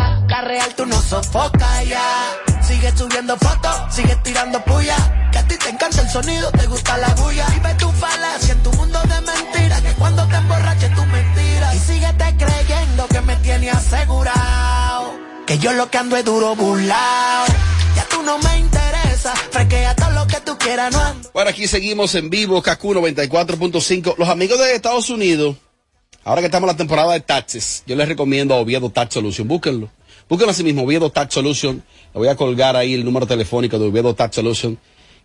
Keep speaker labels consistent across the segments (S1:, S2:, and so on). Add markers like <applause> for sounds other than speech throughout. S1: la real tú no sofocas ya. Sigue subiendo fotos, sigue tirando puya. Que a ti te encanta el sonido, te gusta la bulla. Vive tu falacia en tu mundo de mentiras. Que cuando te emborraches tú mentiras. Y síguete creyendo que me tiene asegurado. Que yo lo que ando es duro burlao. Ya tú no me interesa. Fresquea todo lo que tú quieras, no ando.
S2: Bueno, aquí seguimos en vivo, KQ 94.5. Los amigos de Estados Unidos, ahora que estamos en la temporada de taxes, yo les recomiendo a Oviedo Tax Solution. Búsquenlo. Búsquenlo así mismo, Oviedo Tax Solution. Le voy a colgar ahí el número telefónico de Oviedo Tax Solution,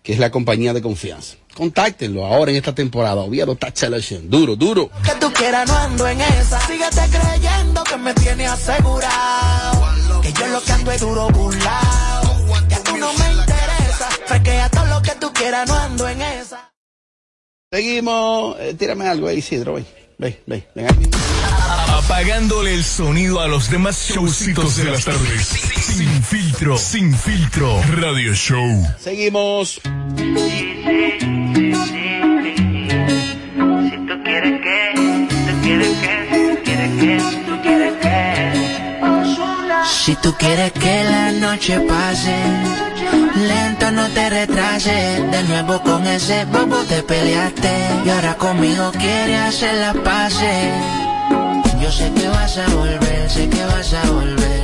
S2: que es la compañía de confianza. Contáctenlo ahora en esta temporada, Oviedo Tax Solution. Duro, duro.
S1: Que tú quieras, no ando en esa. Síguete creyendo que me tiene asegurado. Que yo lo que ando es duro burlao. Ya tú no me interesa. Fresquea todo lo que tú quieras, no ando en esa.
S2: Seguimos. Eh, tírame algo ahí, Isidro. Ven, ven, ven. ven ahí.
S3: Apagándole el sonido a los demás showcitos de las tardes. Sin filtro, sin filtro. Radio Show.
S2: Seguimos.
S1: Si tú quieres que la noche pase, lento no te retrases. De nuevo con ese bobo te peleaste y ahora conmigo quieres hacer la pase. Yo sé que vas a volver, sé que vas a volver.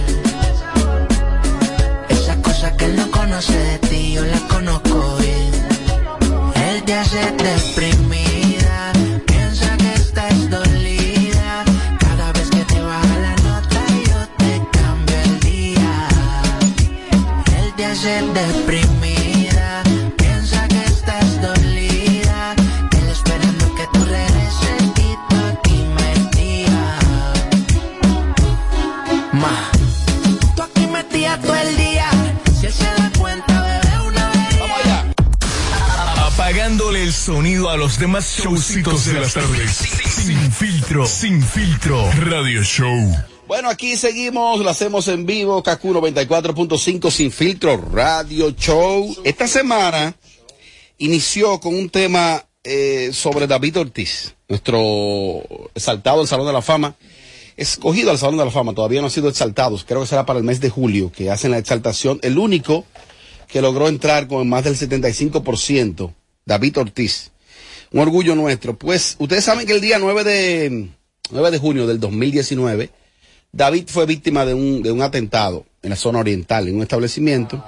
S1: Esas cosas que él no conoce de ti, yo las conozco bien. Él te hace deprimida, piensa que estás dolida. Cada vez que te baja la nota, yo te cambio el día. Él te hace deprimida, piensa que estás dolida. Él esperando que tú regreses y tú aquí metida. Ma, tú aquí metida todo el día. Si él se da cuenta, bebé, una vez.
S2: Vamos allá.
S3: Apagándole el sonido a los demás showcitos de las tardes. Sin filtro, sin filtro. Radio Show.
S2: Bueno, aquí seguimos, lo hacemos en vivo, KQ 94.5 sin filtro, radio show. Esta semana inició con un tema eh, sobre David Ortiz, nuestro exaltado del Salón de la Fama, escogido al Salón de la Fama, todavía no ha sido exaltado, creo que será para el mes de julio que hacen la exaltación, el único que logró entrar con más del 75%, David Ortiz. Un orgullo nuestro. Pues ustedes saben que el día 9 de, 9 de junio del 2019, David fue víctima de un, de un atentado en la zona oriental, en un establecimiento.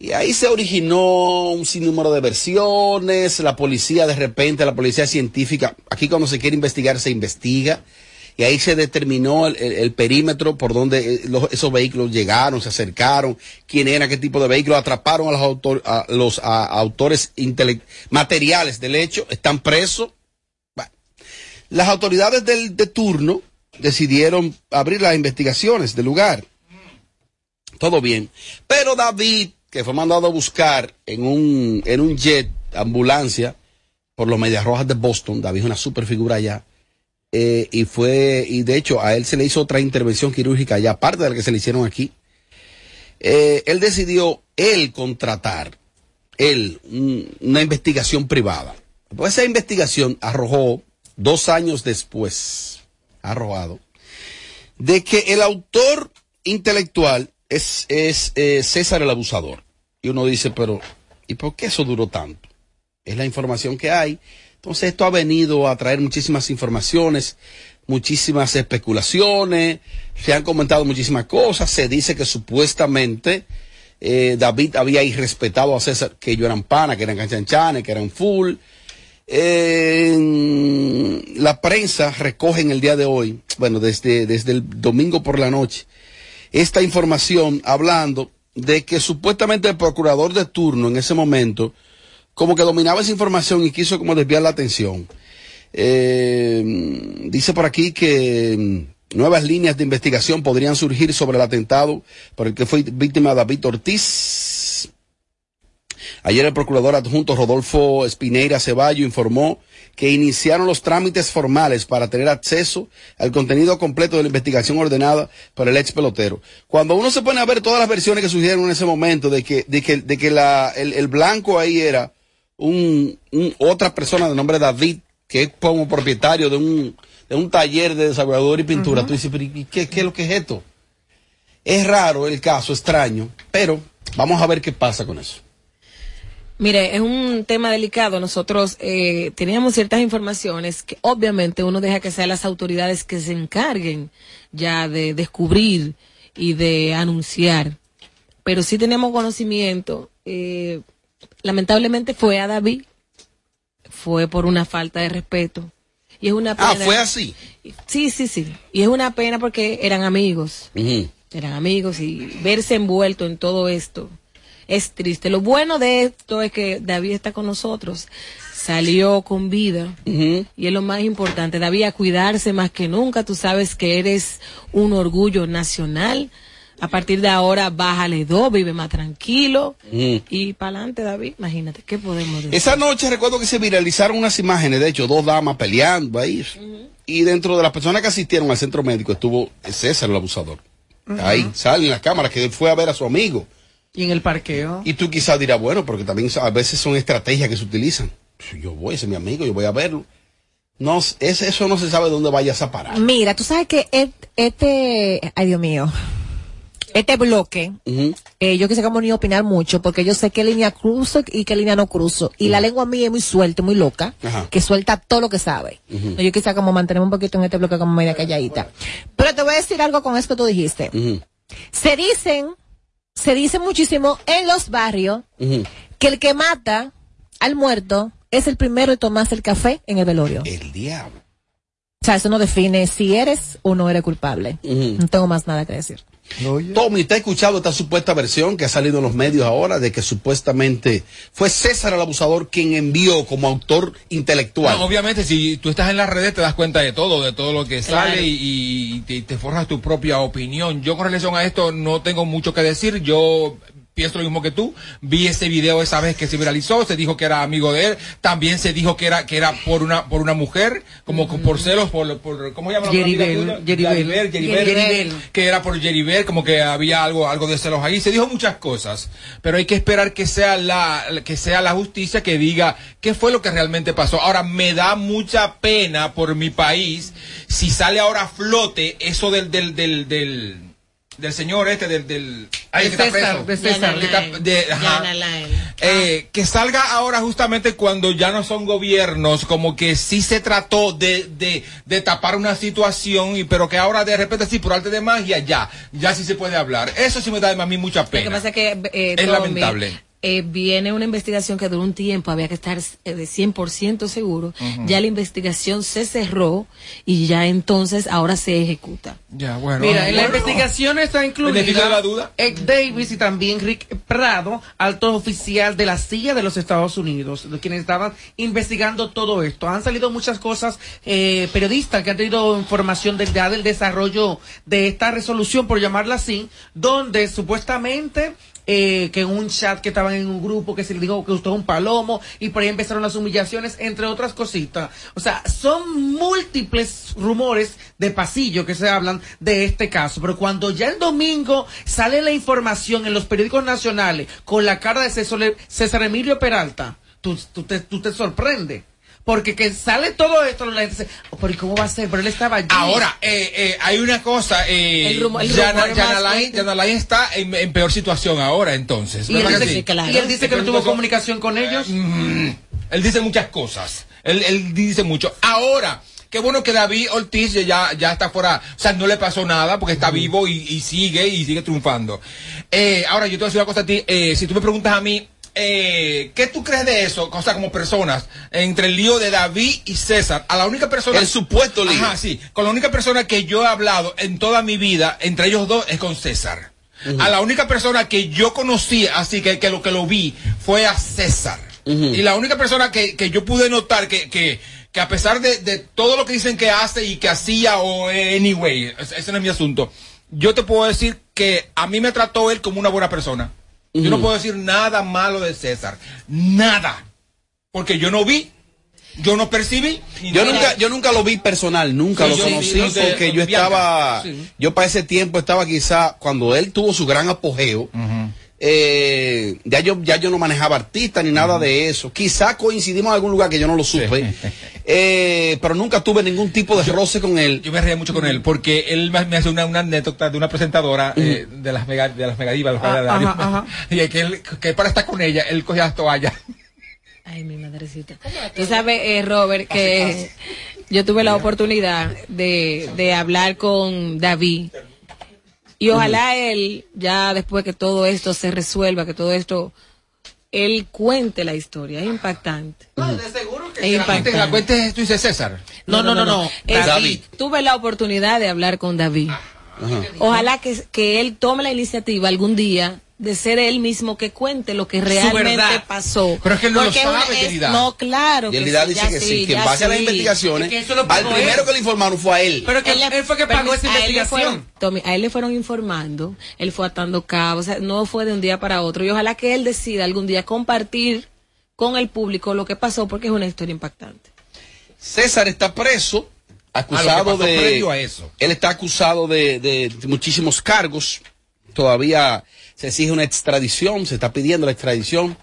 S2: Y ahí se originó un sinnúmero de versiones, la policía de repente, la policía científica, aquí cuando se quiere investigar se investiga, y ahí se determinó el, el- el perímetro por donde eh, los- esos vehículos llegaron, se acercaron, quién era, qué tipo de vehículo, atraparon a los, autor- a los a- autores intele- materiales del hecho, están presos. Bueno, las autoridades del, de turno decidieron abrir las investigaciones del lugar todo bien. Pero David, que fue mandado a buscar en un, en un jet, ambulancia, por los Medias Rojas de Boston, David es una super figura allá, eh, y fue, y de hecho a él se le hizo otra intervención quirúrgica allá, aparte de la que se le hicieron aquí, Eh, él decidió, él contratar, él, un- una investigación privada. Pues esa investigación arrojó, dos años después, arrojado, de que el autor intelectual es, es eh, César el Abusador. Y uno dice, pero ¿y por qué eso duró tanto? Es la información que hay. Entonces esto ha venido a traer muchísimas informaciones, muchísimas especulaciones, se han comentado muchísimas cosas, se dice que supuestamente eh, David había irrespetado a César, que ellos eran pana, que eran canchanchanes, que eran full. En la prensa recoge en el día de hoy, bueno, desde, desde el domingo por la noche, esta información hablando de que supuestamente el procurador de turno en ese momento como que dominaba esa información y quiso como desviar la atención. Eh, dice por aquí que mm, nuevas líneas de investigación podrían surgir sobre el atentado por el que fue víctima David Ortiz. Ayer el procurador adjunto Rodolfo Espineira Ceballo informó que iniciaron los trámites formales para tener acceso al contenido completo de la investigación ordenada por el ex pelotero. Cuando uno se pone a ver todas las versiones que surgieron en ese momento de que, de que, de que la- el, el blanco ahí era un, un- otra persona de nombre David, que es como propietario de un, de un taller de desarrollador y pintura, tú dices, pero ¿y qué, qué es lo que es esto? Es raro el caso, extraño, pero vamos a ver qué pasa con eso.
S4: Mire, es un tema delicado. Nosotros eh, teníamos ciertas informaciones que obviamente uno deja que sean las autoridades que se encarguen ya de descubrir y de anunciar. Pero sí tenemos conocimiento. eh, lamentablemente fue a David, fue por una falta de respeto. Y es una pena.
S2: Ah, fue así.
S4: Sí, sí, sí. Y es una pena porque eran amigos
S2: Ujú.
S4: eran amigos y verse envuelto en todo esto es triste. Lo bueno de esto es que David está con nosotros, salió con vida
S2: Ujú.
S4: y es lo más importante. David, a cuidarse más que nunca, tú sabes que eres un orgullo nacional. A partir de ahora, bájale dos, vive más tranquilo
S2: Ujú.
S4: y para adelante, David. Imagínate, ¿qué podemos decir?
S2: Esa noche recuerdo que se viralizaron unas imágenes, de hecho, dos damas peleando ahí. Y dentro de las personas que asistieron al centro médico estuvo César el abusador. Ahí salen las cámaras que él fue a ver a su amigo.
S5: Y en el parqueo.
S2: Y tú quizás dirás, bueno, porque también a veces son estrategias que se utilizan. Si Yo voy, ese es mi amigo, yo voy a verlo. No, es, eso no se sabe dónde vayas a parar.
S5: Mira, tú sabes que et- este, ay Dios mío, este bloque,
S2: Ujú.
S5: eh, yo quise como ni opinar mucho porque yo sé qué línea cruzo y qué línea no cruzo. Y la lengua mía es muy suelta, muy loca,
S2: Ajá.
S5: que suelta todo lo que sabe. No, Yo quise como mantenerme un poquito en este bloque como media calladita. Pero te voy a decir algo con eso que tú dijiste.
S2: Ujú.
S5: Se dicen, se dice muchísimo en los barrios
S2: Ujú.
S5: que el que mata al muerto es el primero en tomarse el café en el velorio.
S2: El diablo.
S5: O sea, eso no define si eres o no eres culpable.
S2: Ujú.
S5: No tengo más nada que decir.
S2: Tommy, ¿te ha escuchado esta supuesta versión que ha salido en los medios ahora de que supuestamente fue César el abusador quien envió como autor intelectual?
S6: No, obviamente, si tú estás en las redes te das cuenta de todo, de todo lo que
S4: Claro.
S6: sale y, y te, te forjas tu propia opinión. Yo con relación a esto no tengo mucho que decir. Yo pienso lo mismo que tú. Vi ese video esa vez que se viralizó, se dijo que era amigo de él. También se dijo que era que era por una por una mujer, como con- por celos, por, por ¿cómo se llama? la
S4: Jerry
S6: amiga
S4: Bell,
S6: tuya?
S4: Jerry
S6: Jerry
S4: Bell.
S6: Bell, Jerry Bell.
S4: Jerry Bell.
S6: que era por Jerry Bell, como que había algo, algo de celos ahí. Se dijo muchas cosas, pero hay que esperar que sea la, que sea la justicia que diga qué fue lo que realmente pasó. Ahora, me da mucha pena por mi país si sale ahora a flote eso del, del, del, del, del señor este, del, del, ay,
S5: De
S6: que está
S5: César,
S6: preso.
S5: de César.
S6: Que está- de- ajá. Eh, que salga ahora justamente cuando ya no son gobiernos, como que sí se trató de, de, de tapar una situación, y pero que ahora de repente sí, por arte de magia, ya, ya sí se puede hablar. Eso sí me da a mí mucha
S4: Lo que
S6: pena.
S4: pasa es que eh,
S6: Es
S4: Tommy,
S6: lamentable.
S4: eh, viene una investigación que duró un tiempo, había que estar eh, de 100% seguro. Ya la investigación se cerró y ya entonces ahora se ejecuta.
S6: Ya, bueno.
S7: Mira, en la
S6: Bueno.
S7: investigación está
S6: Beneficio
S7: incluida
S6: de la duda.
S7: Ed Davis y también Rick Prado, alto oficial de la CIA de los Estados Unidos, los quienes estaban investigando todo esto. Han salido muchas cosas, eh, periodistas que han tenido información del, ya del desarrollo de esta resolución, por llamarla así, donde supuestamente eh, que en un chat que estaban en un grupo que se le dijo que usted es un palomo y por ahí empezaron las humillaciones, entre otras cositas. O sea, son múltiples rumores de pasillo que se hablan de este caso. Pero cuando ya el domingo sale la información en los periódicos nacionales con la cara de César, César Emilio Peralta, tú, tú te, tú te sorprende. Porque que sale todo esto, la gente dice, "Oh, pero ¿y ¿cómo va a ser? Pero él estaba allí.
S6: Ahora, eh, eh, hay una cosa, eh,
S4: El rumor- el
S6: Yana-
S4: rumor
S6: Yana
S4: más
S6: Lain-
S4: fuerte.
S6: Yana Lain está en, en peor situación ahora, entonces.
S7: Y él,
S6: ¿verdad que
S7: dice,
S6: sí?
S4: claro.
S7: y él dice que no tuvo
S6: Entonces,
S7: comunicación con ellos.
S6: Mm, él dice muchas cosas. Él, él dice mucho. Ahora, qué bueno que David Ortiz ya, ya está fuera. O sea, no le pasó nada porque está vivo y, y sigue y sigue triunfando. Eh, ahora, yo te voy a decir una cosa a ti. Eh, si tú me preguntas a mí, eh, ¿qué tú crees de eso? O sea, como personas, entre el lío de David y César, a la única persona.
S2: El supuesto lío.
S6: Ajá, sí. Con la única persona que yo he hablado en toda mi vida, entre ellos dos, es con César. A la única persona que yo conocí, así que, que lo que lo vi, fue a César. Y la única persona que, que yo pude notar que, que, que a pesar de, de todo lo que dicen que hace y que hacía o eh, anyway, es- ese no es mi asunto. Yo te puedo decir que a mí me trató él como una buena persona. Yo no puedo decir nada malo de César. Nada. Porque yo no vi, yo no percibí. ni
S2: Yo
S6: nada.
S2: nunca, yo nunca lo vi personal, nunca
S6: Sí,
S2: lo
S6: yo sí,
S2: conocí
S6: sí, no sé,
S2: porque yo
S6: Bianca.
S2: estaba,
S6: Sí.
S2: yo para ese tiempo estaba quizá, cuando él tuvo su gran apogeo, eh, ya yo, ya yo no manejaba artista ni nada de eso. Quizá coincidimos en algún lugar que yo no lo supe. eh, pero nunca tuve ningún tipo de roce con él.
S6: Yo me reía mucho con él porque él me me hace una, una anécdota de una presentadora eh, de las mega, de las megadivas, los
S7: Ah,
S6: radios.
S7: ajá, ajá.
S6: <laughs> y que, él, que para estar con ella, él cogía
S7: <laughs>
S6: las toallas.
S4: Ay, mi madrecita. Tú sabes, eh, Robert, que yo tuve la oportunidad de, de hablar con David. Y ojalá él, ya después que todo esto se resuelva, que todo esto, él cuente la historia. Es impactante.
S7: de seguro
S4: Es
S6: La cuenta-
S4: impactante.
S6: la cuenta es, tú dices César.
S7: No, no, no, no.
S4: Eh,
S2: David.
S4: Tuve la oportunidad de hablar con David. Ojalá que, que él tome la iniciativa algún día de ser él mismo que cuente lo que realmente
S7: verdad.
S4: pasó.
S6: Pero es que él no lo
S4: Porque
S6: sabe,
S4: una- es-
S6: Yelida.
S4: No, claro.
S2: Yelida
S4: sí,
S2: dice
S4: ya
S2: que sí, que en
S4: ya
S2: base a las
S4: sí.
S2: investigaciones,
S7: Es que eso lo
S2: al
S7: pagó
S2: primero
S7: él.
S2: que le informaron fue a él.
S7: Pero que él,
S4: le-
S7: fue que pagó esa
S4: permiso, a él le fueron-
S7: investigación.
S4: Tommy, a él le fueron informando, él fue atando cabos, o sea, no fue de un día para otro. Y ojalá que él decida algún día compartir con el público lo que pasó, porque es una historia impactante.
S2: César está preso,
S6: A Ah, lo que
S2: acusado
S6: pasó
S2: de.
S6: previo a eso.
S2: Él está acusado de, de muchísimos cargos. Todavía se exige una extradición, se está pidiendo la extradición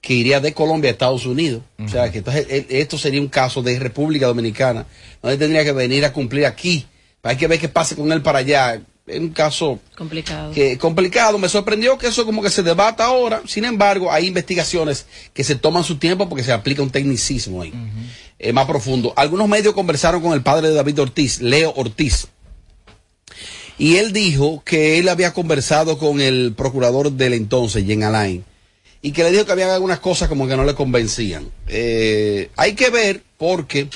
S2: que iría de Colombia a Estados Unidos. O sea, que entonces él- esto sería un caso de República Dominicana, donde tendría que venir a cumplir aquí. Hay que ver qué pasa con él para allá. Es un caso
S4: Complicado.
S2: que complicado, me sorprendió que eso como que se debata ahora, sin embargo hay investigaciones que se toman su tiempo porque se aplica un tecnicismo ahí, eh, más profundo. Algunos medios conversaron con el padre de David Ortiz, Leo Ortiz, y él dijo que él había conversado con el procurador del entonces, Jen Alain, y que le dijo que había algunas cosas como que no le convencían. Eh, hay que ver porque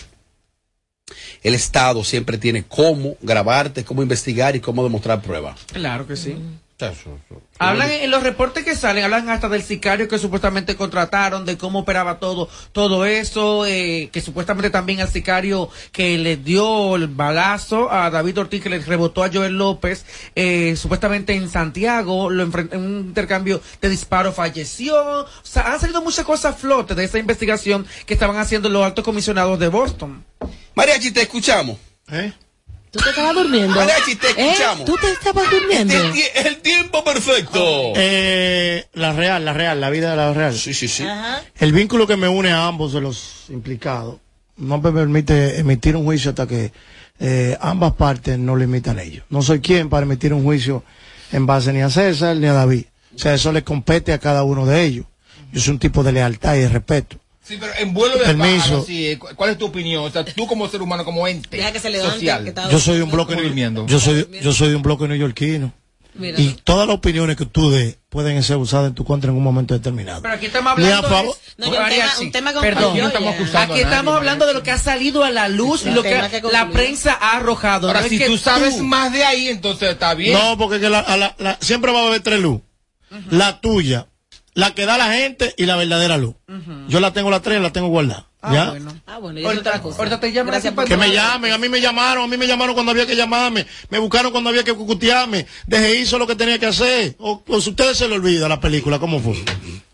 S2: el Estado siempre tiene cómo grabarte, cómo investigar y cómo demostrar pruebas.
S7: Claro que sí. Hablan
S2: Hablan
S7: en los reportes que salen, hablan hasta del sicario que supuestamente contrataron, de cómo operaba todo, todo eso, eh, que supuestamente también al sicario que le dio el balazo a David Ortiz, que le rebotó a Joel López, eh, supuestamente en Santiago, lo enfren- en un intercambio de disparos falleció. O sea, han salido muchas cosas a flote de esa investigación que estaban haciendo los altos comisionados de Boston.
S2: Mariachi, te escuchamos.
S4: ¿Tú te estabas durmiendo?
S2: Mariachi, te
S4: ¿Eh?
S2: escuchamos.
S4: ¿Tú te estabas durmiendo?
S2: El, tie- el tiempo perfecto.
S8: Eh, la real, la real, la vida de la real.
S2: Sí, sí, sí.
S8: El vínculo que me une a ambos de los implicados no me permite emitir un juicio hasta que eh, ambas partes no lo emitan ellos. No soy quien para emitir un juicio en base ni a César ni a David. O sea, eso le compete a cada uno de ellos. Yo soy un tipo de lealtad y de respeto.
S6: Sí, pero en vuelo de
S8: Permiso.
S6: pájaro, sí, eh, cu- ¿cuál es tu opinión? O sea, tú como ser humano, como ente
S4: Deja que se levante,
S6: social.
S4: que está-
S8: Yo soy de un bloque
S6: Como durmiendo.
S8: yo soy, yo soy de un bloque neoyorquino.
S4: Mira,
S8: Y todas las opiniones que tú des pueden ser usadas en tu contra en un momento determinado.
S7: Ah, Pero aquí estamos
S8: Ni a
S7: hablando.
S8: favor-
S7: es-
S4: No, y un
S7: Mariachi,
S4: tema- un tema con-
S7: Perdón,
S4: Aquí no
S6: estamos acusando
S7: Aquí
S6: a nadie,
S7: estamos hablando de lo que ha salido a la luz y lo que
S4: Tema que
S7: la
S4: concluir.
S7: prensa ha arrojado.
S6: Ahora,
S7: No es
S6: si
S7: que
S6: tú sabes más de ahí, entonces está bien.
S8: No, porque que la- a la- la- siempre va a haber tres luz. La tuya, la que da la gente y la verdadera luz. Yo la tengo la tres, la tengo guardada.
S7: Ah,
S8: ¿Ya?
S7: bueno.
S4: Ah, bueno, ya es
S7: Ahorita-
S4: otra cosa.
S7: ahorita te llaman
S4: Gracias
S7: así
S4: por
S7: para
S8: Que me
S4: llamar.
S8: llamen, a mí me llamaron, a mí me llamaron cuando había que llamarme, me buscaron cuando había que cucutearme, dejé hizo lo que tenía que hacer. O, o si ustedes se le olvida la película, ¿cómo fue?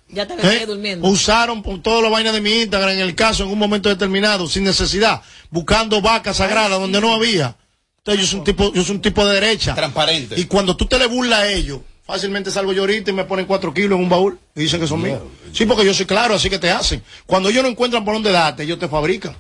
S4: Ya
S1: <laughs>
S4: te
S8: ¿Eh?
S4: quedé durmiendo.
S8: Usaron por todas las vainas de mi Instagram en el caso en un momento determinado, sin necesidad, buscando vacas sagradas donde no había. Entonces yo soy un tipo, yo soy un tipo de derecha.
S2: Transparente.
S8: Y cuando tú te le burlas a ellos, fácilmente salgo yo ahorita y me ponen cuatro kilos en un baúl y dicen que son míos. Sí, porque yo soy claro, así que te hacen. Cuando ellos no encuentran por dónde darte, ellos te fabrican.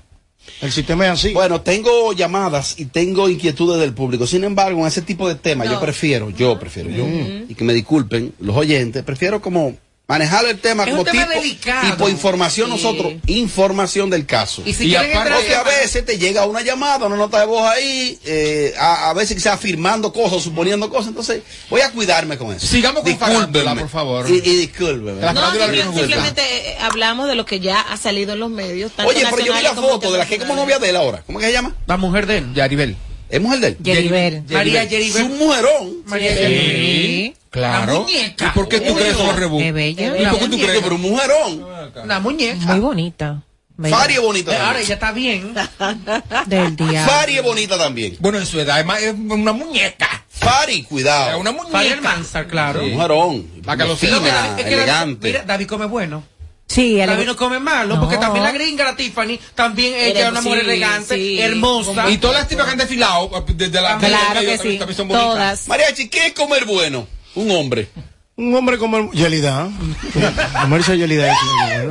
S8: El sistema es así.
S2: Bueno, tengo llamadas y tengo inquietudes del público. Sin embargo, en ese tipo de temas yo prefiero, yo prefiero, yo, y que me disculpen los oyentes, prefiero como manejar el tema
S7: Es
S2: como
S7: un tema
S2: tipo
S7: delicado.
S2: tipo información
S4: Sí.
S2: nosotros, información del caso.
S7: Y si
S6: Y
S7: quieren
S6: aparte-
S7: entrar-
S2: Porque a veces te llega una llamada, una nota de voz ahí, eh, a, a veces quizás afirmando cosas, suponiendo cosas, entonces voy a cuidarme con eso.
S6: Sigamos con
S2: Discúlpenme.
S6: farándula, por favor.
S2: Y, y discúlpenme.
S6: La
S4: No,
S6: farándula
S4: simple-
S6: no nos gusta.
S4: simplemente eh, hablamos de lo que ya ha salido en los medios. tanto
S2: Oye, pero yo vi
S4: nacionales
S2: la
S4: como
S2: foto de la que es como novia de él ahora. ¿Cómo que se llama?
S7: La mujer de él.
S6: Yaribel.
S2: Es mujer de él.
S5: Yeribel.
S7: María
S2: Es un
S7: Yeribel.
S2: mujerón.
S7: María Yeribel. La
S6: Claro.
S7: muñeca.
S6: ¿Y por qué tú
S2: Uy,
S6: crees que los
S1: Eh,
S5: Qué
S6: rebú?
S5: bella.
S6: ¿Y por qué tú
S2: Coño,
S6: crees?
S2: Pero un mujerón.
S7: Una muñeca.
S5: Muy bonita. Bella.
S2: Fari es bonita
S7: Eh, Ahora
S2: también.
S7: ella está
S5: <laughs>
S7: bien.
S5: Del
S1: eh,
S5: día.
S2: Fari es bonita también.
S6: Bueno, en su edad es más- es una muñeca.
S2: Fari,
S6: Es
S2: cuidado.
S6: una
S7: Para el
S6: muñeca.
S7: Mansar, claro.
S6: Sí.
S2: Mujerón.
S6: Para que lo
S2: fina,
S6: sepa.
S7: David- es que David-
S2: elegante.
S7: mira, David come bueno.
S5: Sí, a la-
S7: David no come malo, porque
S5: No.
S7: también la gringa, la Tiffany, también ella es una
S4: sí,
S7: mujer elegante,
S4: sí.
S7: hermosa.
S6: Y todas las tipas que han
S2: ah,
S6: desfilado, desde la
S5: Claro que
S6: también-
S5: sí.
S2: pues,
S6: también son bonitas.
S5: Todas.
S2: Mariachi, ¿qué es comer bueno? Un hombre.
S8: Un hombre como el... Yelida. ¿eh? <laughs> Comerse a Yelida.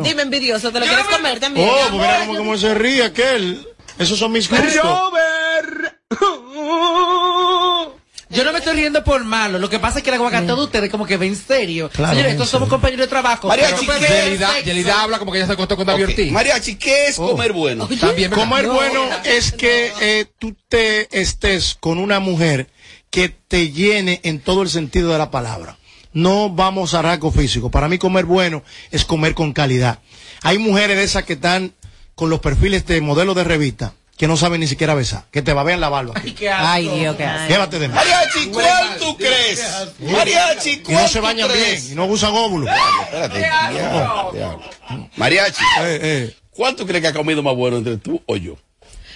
S4: Dime envidioso, ¿te lo
S6: Yo
S4: quieres
S6: no me-
S4: comer también?
S8: Oh, porque mira cómo, cómo se ríe aquel. Esos son mis gustos.
S7: Yo no me estoy riendo por malo. Lo que pasa es que el aguacate de ustedes como que ve en serio.
S8: Claro,
S7: Señores,
S8: en
S7: estos somos
S8: serio.
S7: compañeros de trabajo.
S2: Mariachi,
S7: Pero no puede
S2: ¿qué?
S7: ver
S6: Yelida,
S7: sexo.
S6: Yelida habla como que ya se acostó con David
S2: Ok.
S6: Ortiz.
S2: Mariachi, ¿qué es
S8: Oh.
S2: comer bueno?
S6: También, ¿verdad?
S8: Comer
S6: No.
S8: bueno es que eh, tú te estés con una mujer que te llene en todo el sentido de la palabra. No vamos a rasgo físico. Para mí comer bueno es comer con calidad. Hay mujeres de esas que están con los perfiles de modelo de revista que no saben ni siquiera besar, que te babean la barba.
S7: Ay, qué asco.
S5: Ay, Dios, qué asco.
S8: Llévate de mí.
S2: Mariachi, ¿cuál tú crees? Mariachi,
S8: Y
S2: ¿cuál
S8: no se
S2: tú
S8: bañan
S2: crees?
S8: bien, y no usan óvulos.
S2: Espérate. diablo, diablo. Mariachi,
S8: Eh, eh.
S2: ¿cuál tú crees que ha comido más bueno entre tú o yo?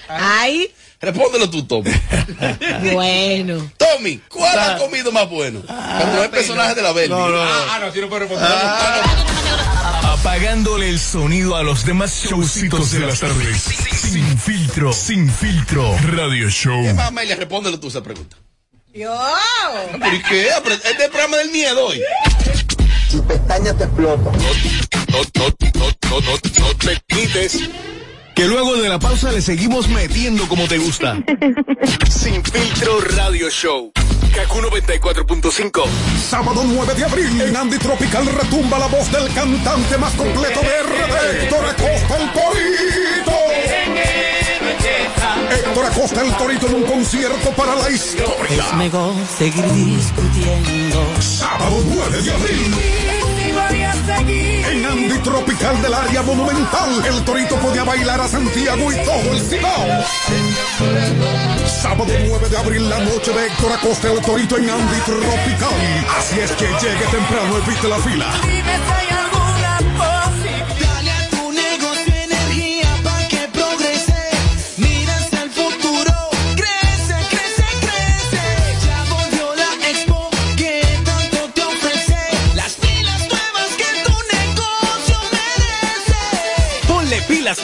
S4: Ay,
S2: Respóndelo tú, Tommy.
S4: <laughs> bueno.
S2: Tommy, ¿cuál ha comido más bueno? Cuando es personaje de la Beli.
S6: Ah, ah, no, si no puedo responder.
S2: Ah,
S3: Apagándole el sonido a los demás showcitos de las tardes. Sin filtro, sin filtro. Radio Show.
S2: Es más, Amelia, respóndelo tú esa pregunta.
S5: Yo.
S2: ¿Por qué? <laughs> Apre- este Es del programa del miedo hoy.
S3: Que luego de la pausa le seguimos metiendo como te
S9: <laughs>
S3: gusta. Sin filtro radio show. Kaku 94.5.
S10: Sábado 9 de abril en Andy Tropical retumba la voz del cantante más completo de RD, Héctor Acosta el Torito. Héctor Acosta el Torito en un concierto para la historia. Sábado 9 de abril. En Andy Tropical del área monumental, el Torito podía bailar a Santiago y todo el Cibao. Sábado 9 de abril, la noche de Héctor Acosta, el Torito en Andy Tropical. Así es que llegue temprano, evite la fila.
S1: Dale a tu negocio energía para que progrese. Mira hacia el futuro. Crece, crece, crece. Ya volvió la expo que tanto te ofrece. Las pilas nuevas que tu negocio merece.
S11: Ponle pilas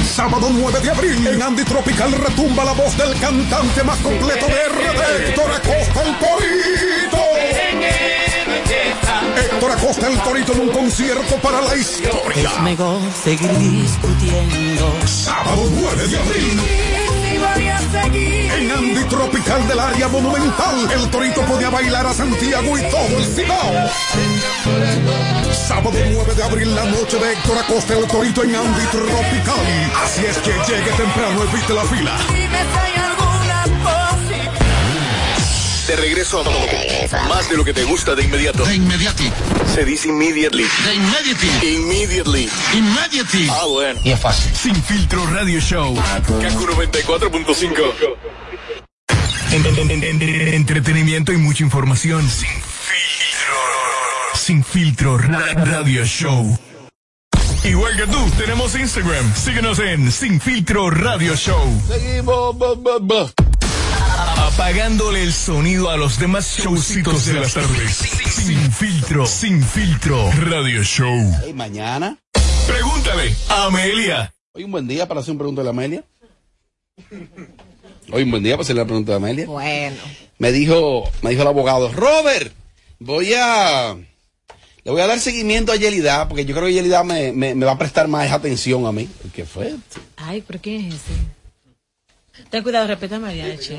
S12: sábado 9 de abril en Andy Tropical retumba la voz del cantante más completo de RD, Héctor Acosta el Torito. Héctor Acosta el Torito en un concierto para la historia.
S13: Es mejor seguir discutiendo.
S12: Sábado 9 de abril. En Andy Tropical del área monumental, el torito podía bailar a Santiago y todo el Cibao. Sábado 9 de abril, la noche de Héctor Acosta, el torito en Andy Tropical. Así es que llegue temprano, evite la fila.
S9: De regreso a más de lo que te gusta de inmediato. De inmediati. Se dice immediately. De inmediati. Immediately. Immediately. Ah, bueno.
S3: Y es fácil. Sin filtro radio show.
S9: Kaku 94.5.
S3: En- en- en- en- en- entretenimiento y mucha información. Sin filtro. Sin filtro ra- radio show. Igual que tú, tenemos Instagram. Síguenos en Sin Filtro Radio Show.
S2: Seguimos. bu- bu- bu.
S3: Apagándole el sonido a los demás showcitos de las tardes. Sin filtro, sin filtro, radio show.
S2: Ey, mañana.
S3: Pregúntale, Amelia.
S2: Hoy un buen día para hacer un pregunta de la Amelia. Hoy un buen día para hacer la pregunta de Amelia.
S5: Bueno.
S2: Me dijo, me dijo el abogado, Robert, voy a. Le voy a dar seguimiento a Yelida, porque yo creo que Yelida me, me- me va a prestar más atención a mí. ¿Qué fue?
S4: Ay, pero ¿quién es ese? Ten cuidado, respeta a Mariachi.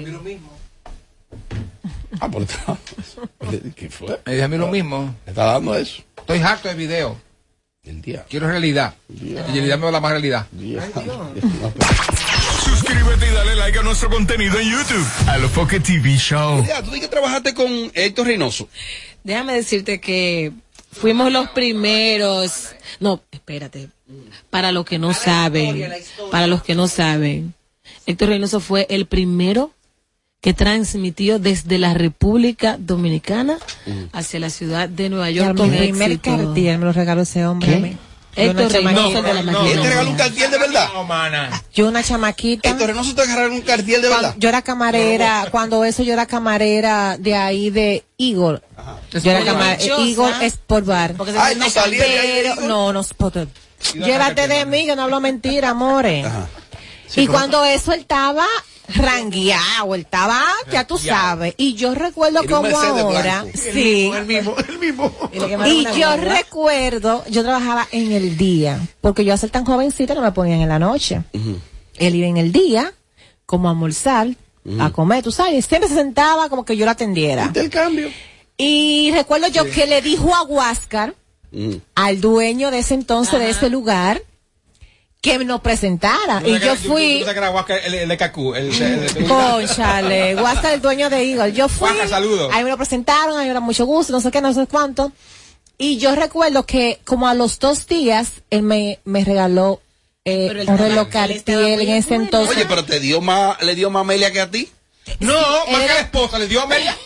S2: Ah,
S6: <laughs>
S2: por otra- ¿Qué fue?
S6: Me dije a mí lo mismo.
S2: ¿Me está dando eso?
S6: Estoy harto de video.
S2: El día.
S6: Quiero realidad. Y realidad me da más realidad.
S3: Suscríbete y dale like a nuestro contenido en YouTube. A lo Pocket TV Show.
S2: Ya, tú di que trabajaste con Héctor Reynoso.
S4: Déjame decirte que fuimos los primeros. No, espérate. Para los que no saben, para los que no saben, Héctor Reynoso fue el primero que transmitió desde la República Dominicana
S8: Mm.
S4: hacia la ciudad de Nueva York
S5: mi
S4: con
S5: primer
S4: éxito.
S5: Cartier me lo regaló ese hombre a mí. Yo una
S4: Héctor Reynoso
S5: chamaquita.
S4: de la mañana.
S2: Él te regaló un cartiel de verdad.
S6: No, mana.
S5: Yo una chamaquita.
S2: Héctor Reynoso te regaló un cartiel de verdad.
S5: Cuando- yo era camarera, cuando eso yo era camarera de ahí de Igor. Yo era camarera,
S4: Maravillosa.
S5: Igor es por bar.
S4: Porque se
S2: Ay,
S4: llama
S2: no salía de ahí de
S5: Pero,
S2: Igor.
S5: no, no, Spotted. Llévate de mí, que no hablo mentira, amores. y cuando eso él estaba rangueado, él estaba, ya tú sabes. Y yo
S2: Era
S5: recuerdo
S2: un
S5: como
S2: Mercedes
S5: ahora,
S2: blanco.
S5: sí.
S7: El mismo, el mismo.
S5: Y yo recuerdo, yo trabajaba en el día, porque yo a ser tan jovencita no me ponían en la noche. Él iba en el día, como a almorzar, a comer, tú sabes, siempre se sentaba como que yo lo atendiera.
S2: Del cambio.
S5: Y recuerdo yo que le dijo a Huáscar,
S2: Mm.
S5: al dueño de ese entonces, de ese lugar, que nos presentara. Ah, Y yo fui,
S6: que era Huáscar, el, el de Cacú. El, el- el- <laughs>
S5: Conchale, Huáscar, el dueño de Eagle. Yo fui.
S6: Huáscar, saludos.
S5: Ahí me lo presentaron, ahí me era mucho gusto, no sé qué, no sé cuánto. Y yo recuerdo que como a los dos días, él me, me regaló eh,
S4: Pero él
S5: un
S4: estaba-
S5: reloj
S4: él estaba
S5: Cartier en
S4: muy
S5: ese
S4: bueno.
S5: entonces.
S2: Oye, pero te dio más, le dio más Amelia que a ti.
S6: no, más que
S5: Era-
S6: la esposa, le dio a Amelia.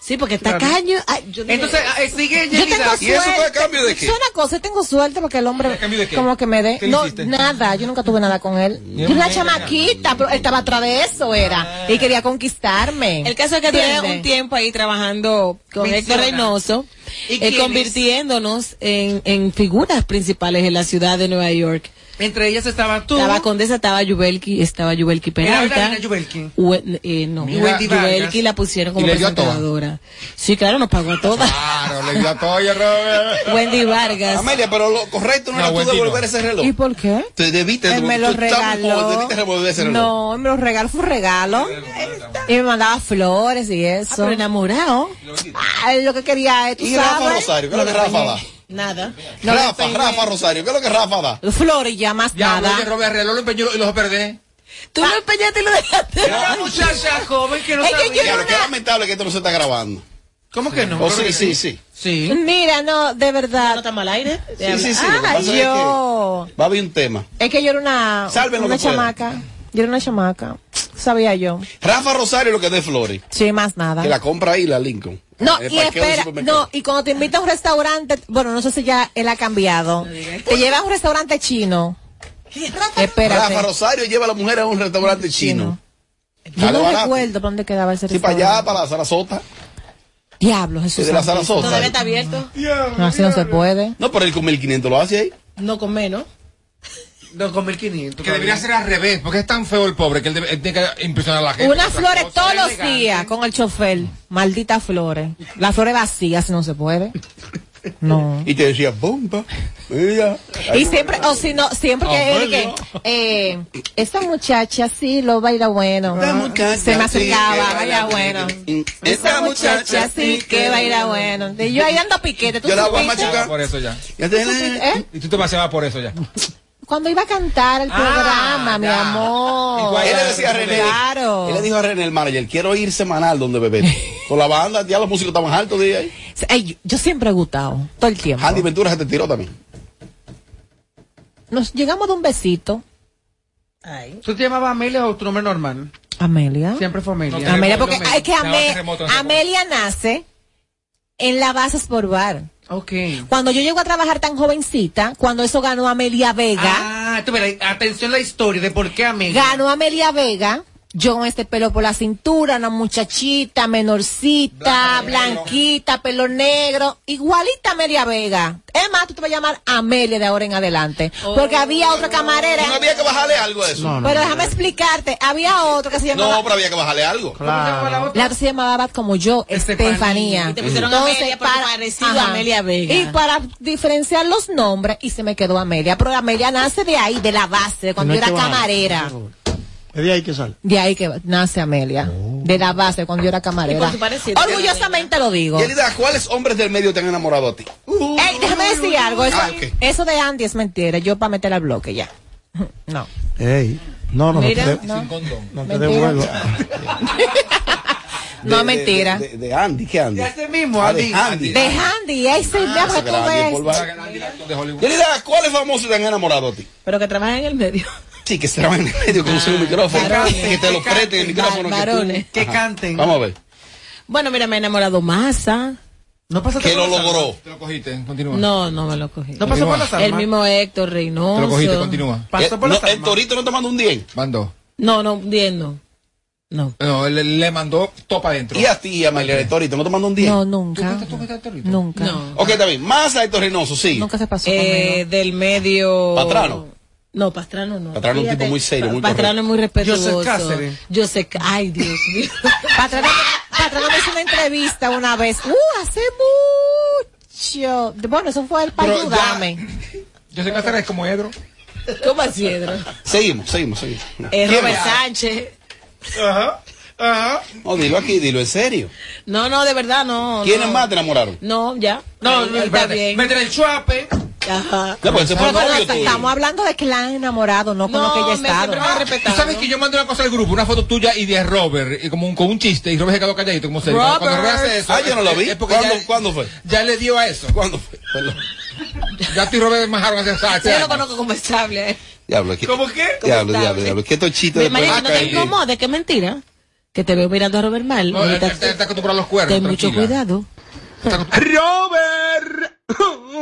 S4: Sí, porque está
S7: Claro.
S4: caño. Ay, yo dije-
S7: Entonces,
S2: ah,
S7: eh, sigue
S5: Yo tengo
S7: Yelida.
S5: suerte.
S2: ¿Y eso fue a cambio de qué?
S5: Es una cosa, yo tengo suerte porque el hombre
S6: ¿A cambio de qué?
S5: como que me dé
S6: ¿Qué le
S5: no
S6: hiciste?
S5: nada, yo nunca tuve nada con él. Yo era una chamaquita, pero él estaba atrás de eso era y quería conquistarme.
S4: El caso es que tiene
S5: ¿Entiendes?
S4: un tiempo ahí trabando con
S7: Menciona.
S4: Héctor Reynoso,
S7: ¿Y
S4: eh,
S7: quién es?
S4: convirtiéndonos en, en figuras principales en la ciudad de Nueva York.
S7: Entre ellas estaba tú.
S4: Estaba Condesa, estaba Yubelki, estaba Yubelki Peralta.
S7: bailarina Yubelki.
S4: Ue- eh, no,
S7: Mira, Wendy
S4: Yubelki
S7: Vargas.
S4: la pusieron como
S6: ¿Y le dio a todas?
S4: presentadora. Sí, claro, nos pagó a todas.
S6: Claro, le
S4: <laughs>
S6: dio a todo, oye, Robert.
S4: Wendy Vargas.
S2: Amelia, pero lo correcto no,
S6: No,
S2: era tú
S6: Wendy,
S2: devolver
S6: no.
S2: ese reloj.
S5: ¿Y por qué?
S2: Te debiste,
S5: Él
S2: tú-
S5: me
S2: tú
S5: lo
S2: estabas muy joven,
S5: regaló.
S2: debiste revolver ese reloj.
S5: No, él me lo regaló, fue un regalo. Y me mandaba flores y
S4: Ah,
S5: eso.
S4: pero enamorado.
S5: Ah, él lo que quería es, tú
S2: Y Rafa
S5: sabes,
S2: Rosario, ¿qué es lo que Rafa da?
S4: Nada.
S5: No,
S2: Rafa,
S5: estoy-
S2: Rafa Rosario, ¿qué es lo que Rafa da?
S5: Flores y ya más
S6: Ya,
S5: nada.
S6: oye, Robert, el reloj lo empeñó y lo perdé.
S4: Tú lo empeñaste y lo dejaste.
S7: Era una muchacha joven que no
S5: Es que
S7: sabía.
S5: yo era
S2: Claro, qué
S5: una-
S2: lamentable que esto no se está grabando.
S7: ¿Cómo que no?
S2: Oh,
S7: Creo
S2: sí,
S7: que
S2: sí, sí.
S7: Sí.
S5: Mira, no, de
S4: No
S5: verdad.
S4: está mal aire.
S2: Sí, sí, sí. lo que
S5: Ay,
S2: pasa es que
S5: yo.
S2: Va a haber un tema.
S5: Es que yo era una,
S2: Salven lo
S5: una
S2: que puedan.
S5: chamaca. Yo era una chamaca. Sabía yo.
S2: Rafa Rosario lo que dé Flores.
S5: Sí, más nada.
S2: Que la compra ahí, la Lincoln.
S5: No,
S2: En el
S5: y
S2: Eh, parqueo del
S5: espera,
S2: supermercado.
S5: no, y cuando te invita a un restaurante, bueno, no sé si ya él ha cambiado. Te lleva a un restaurante chino. Espérate.
S2: Rafa Rosario lleva a la mujer a un restaurante chino.
S5: Yo
S2: Dale
S5: no
S2: barato.
S5: recuerdo para dónde quedaba ese
S2: Sí, para allá, para la Sarasota.
S5: Diablo, Jesús.
S2: De la
S5: Santo.
S2: Sarasota.
S4: Todavía está abierto.
S5: No, así no se puede.
S2: No, pero él con 1500 lo hace ahí.
S4: No con menos.
S7: 2.500.
S6: Que debería ser al revés, porque es tan feo el pobre que él, debe- él tiene que impresionar a la gente.
S5: Unas flores todos los
S7: elegante.
S5: días con el chofer. Malditas flores. Las flores vacías no se puede. No.
S2: Y te decía, bomba. mira,
S5: Y
S2: ahí-
S5: siempre, o si no, siempre que,
S2: Abuelo.
S5: que, eh, esta muchacha sí lo baila bueno.
S7: Ah,
S5: se me acercaba, baila bueno. Esta muchacha sí que baila bueno. Y yo ahí ando piquete. ¿tú
S6: Yo la voy a
S5: supiste?
S6: machucar. por eso ya.
S5: ¿Eh?
S6: Y tú te paseabas por eso ya.
S5: Cuando iba a cantar el
S4: Ah,
S5: programa, mi amor.
S2: Él le decía a René.
S5: Claro.
S2: Él le dijo a René, el manager, quiero ir semanal donde bebé.
S5: <laughs>
S2: Con la banda, ya los músicos estaban altos de ahí.
S5: Ey, yo- yo siempre he gustado, todo el tiempo.
S2: Andy Ventura se te tiró también.
S5: Nos llegamos de un besito.
S7: ¿Tú te llamabas Amelia o tu nombre normal?
S5: Amelia.
S7: Siempre fue Amelia.
S5: Amelia, porque
S7: Amelia.
S5: es que
S7: Llamaba
S5: Ame-
S7: terremoto, no sé
S5: Amelia nace en la Bases por Bar.
S7: Ok.
S5: Cuando yo llego a trabajar tan jovencita, cuando eso ganó Amelia Vega,
S7: Ah, tú verás, atención la historia de por qué Amelia.
S5: ganó Amelia Vega, yo con este pelo por la cintura, una muchachita menorcita, blanquita, pelo negro, igualita a Amelia Vega. Es más, tú te vas a llamar Amelia de ahora en adelante, porque había otra camarera.
S2: No había que bajarle algo a eso. No, no,
S5: pero
S2: no.
S5: déjame explicarte, había otro que se llamaba...
S2: No, pero había que bajarle algo.
S5: La otra se llamaba como yo, Estefanía.
S4: Y te pusieron Amelia porque parecido a Amelia Vega.
S5: Y para diferenciar los nombres, y se me quedó Amelia. Pero Amelia nace de ahí, de la base, de cuando
S8: No
S5: yo
S8: es
S5: era
S8: que bajaron.
S5: camarera.
S8: Es de ahí que sale.
S5: De ahí que nace Amelia.
S2: Oh.
S5: De la base, cuando yo era
S4: Y
S5: camarera.
S4: por su parecido,
S5: Orgullosamente lo digo.
S2: Yelida, ¿cuáles hombres del medio te han enamorado a ti?
S5: Ey, déjame decir algo. Eso,
S2: Ah, ok.
S5: eso de Andy es mentira. Yo para meter al bloque ya. No.
S8: Ey, no, no,
S5: Mira,
S8: no te, de-
S5: no.
S8: no te
S5: Mentira.
S8: devuelvo.
S5: No,
S2: De- de-
S5: mentira.
S2: De, de- de Andy, ¿qué Andy?
S7: De ese mismo,
S2: Ah,
S7: Andy.
S2: De Andy.
S5: De Andy, ahí se vea
S2: Ese
S5: porque tú
S2: grande,
S5: ves.
S2: por bajar. Yelida, ¿cuáles famosos te han enamorado a ti?
S4: Pero que trabaja en el medio.
S2: Sí, que se traban en el medio
S5: Ah,
S2: con su micrófono. Que te lo preten el micrófono. que tú-
S4: Varones.
S7: Que
S2: Ajá.
S7: canten.
S2: Vamos a ver.
S4: Bueno, mira, me he enamorado masa.
S7: No pasa
S2: Que lo logró.
S6: Te lo cogiste, continúa.
S4: No, no me lo cogí.
S7: No pasó por las
S4: El
S7: armas.
S4: mismo Héctor Reynoso.
S6: Te lo cogiste, continúa.
S7: Pasó por
S2: Eh,
S7: las
S2: no, el
S7: armas.
S2: torito no te mandó un 10.
S6: Mandó.
S4: No, no, bien, no. No.
S6: No, él, él le mandó topa adentro.
S2: Y a ti, Amelia, el torito no te mandó un 10.
S5: No,
S6: ¿Tú
S5: nunca.
S6: fuiste- tú fuiste al torito?
S5: Nunca.
S4: No.
S2: Ok, está bien. Más a Héctor Reynoso, sí.
S5: Nunca se pasó
S4: Eh,
S5: conmigo.
S4: del medio.
S2: Patrano.
S4: No, Pastrano no.
S2: Pastrano es un
S4: Fíjate,
S2: tipo muy serio, muy
S4: Pastrano es muy respetuoso.
S7: Joseph Cáceres.
S4: Joseph Cá- Ay,
S2: <laughs>
S4: Dios mío.
S5: <laughs> Patrón, Patrón me hizo una entrevista una vez. Uh, hace mucho. Bueno, eso fue el para
S6: Pero ya-
S5: ayudarme.
S6: Yo sé que hacer es como Edro.
S4: ¿Cómo así, Edro?
S2: Seguimos, seguimos, seguimos.
S4: Eh,
S2: ¿Quién
S4: Robert
S2: más?
S4: Sánchez.
S6: Ajá. Ajá.
S2: No, dilo aquí, dilo en serio.
S4: No, no, de verdad, no.
S2: ¿Quiénes
S4: no.
S2: más te enamoraron?
S4: No, ya. Eh,
S7: No,
S4: Ahí-
S7: no,
S4: ahí está
S7: espérate.
S4: bien.
S7: Métele el chuape.
S4: Ajá.
S2: No, pues ese fue
S5: Pero
S2: el
S5: bueno,
S2: novio
S5: hasta-
S2: tuyo.
S5: estamos hablando de que la han enamorado, no con
S4: No,
S5: lo que ella ha
S4: me-
S5: estado.
S4: siempre me han
S6: Tú
S4: respetado.
S6: sabes que yo mandé una cosa al grupo, una foto tuya y de Robert, y como un, con un chiste, y Robert se quedó calladito, como serio.
S4: Robert.
S6: Cuando Robert hace eso,
S2: Ah, yo no lo
S6: es-
S2: vi.
S6: es porque
S2: ¿Cuándo-
S6: ya-
S2: cuándo fue?
S6: Ya le dio a eso.
S2: ¿Cuándo fue? Perdón.
S6: Ya tú y Robert majaron hace hace
S4: Yo
S6: años.
S4: lo conozco como estable.
S8: <laughs>
S4: eh.
S2: Diablo, aquí.
S6: ¿Cómo qué?
S2: Diablo,
S4: ¿Cómo
S2: diablo,
S4: estable?
S2: diablo. ¿Qué estos chistes
S4: Ve,
S2: después
S4: María,
S2: de este.
S4: no te
S2: caer?
S4: incomodes, qué mentira. Que te veo mirando a Robert Mal.
S6: No, él-
S4: Ahorita-
S6: él está, está acostumbrado a los cuernos.
S4: Ten mucho
S6: tranquila.
S4: cuidado.
S6: Está acost- ¡Robert!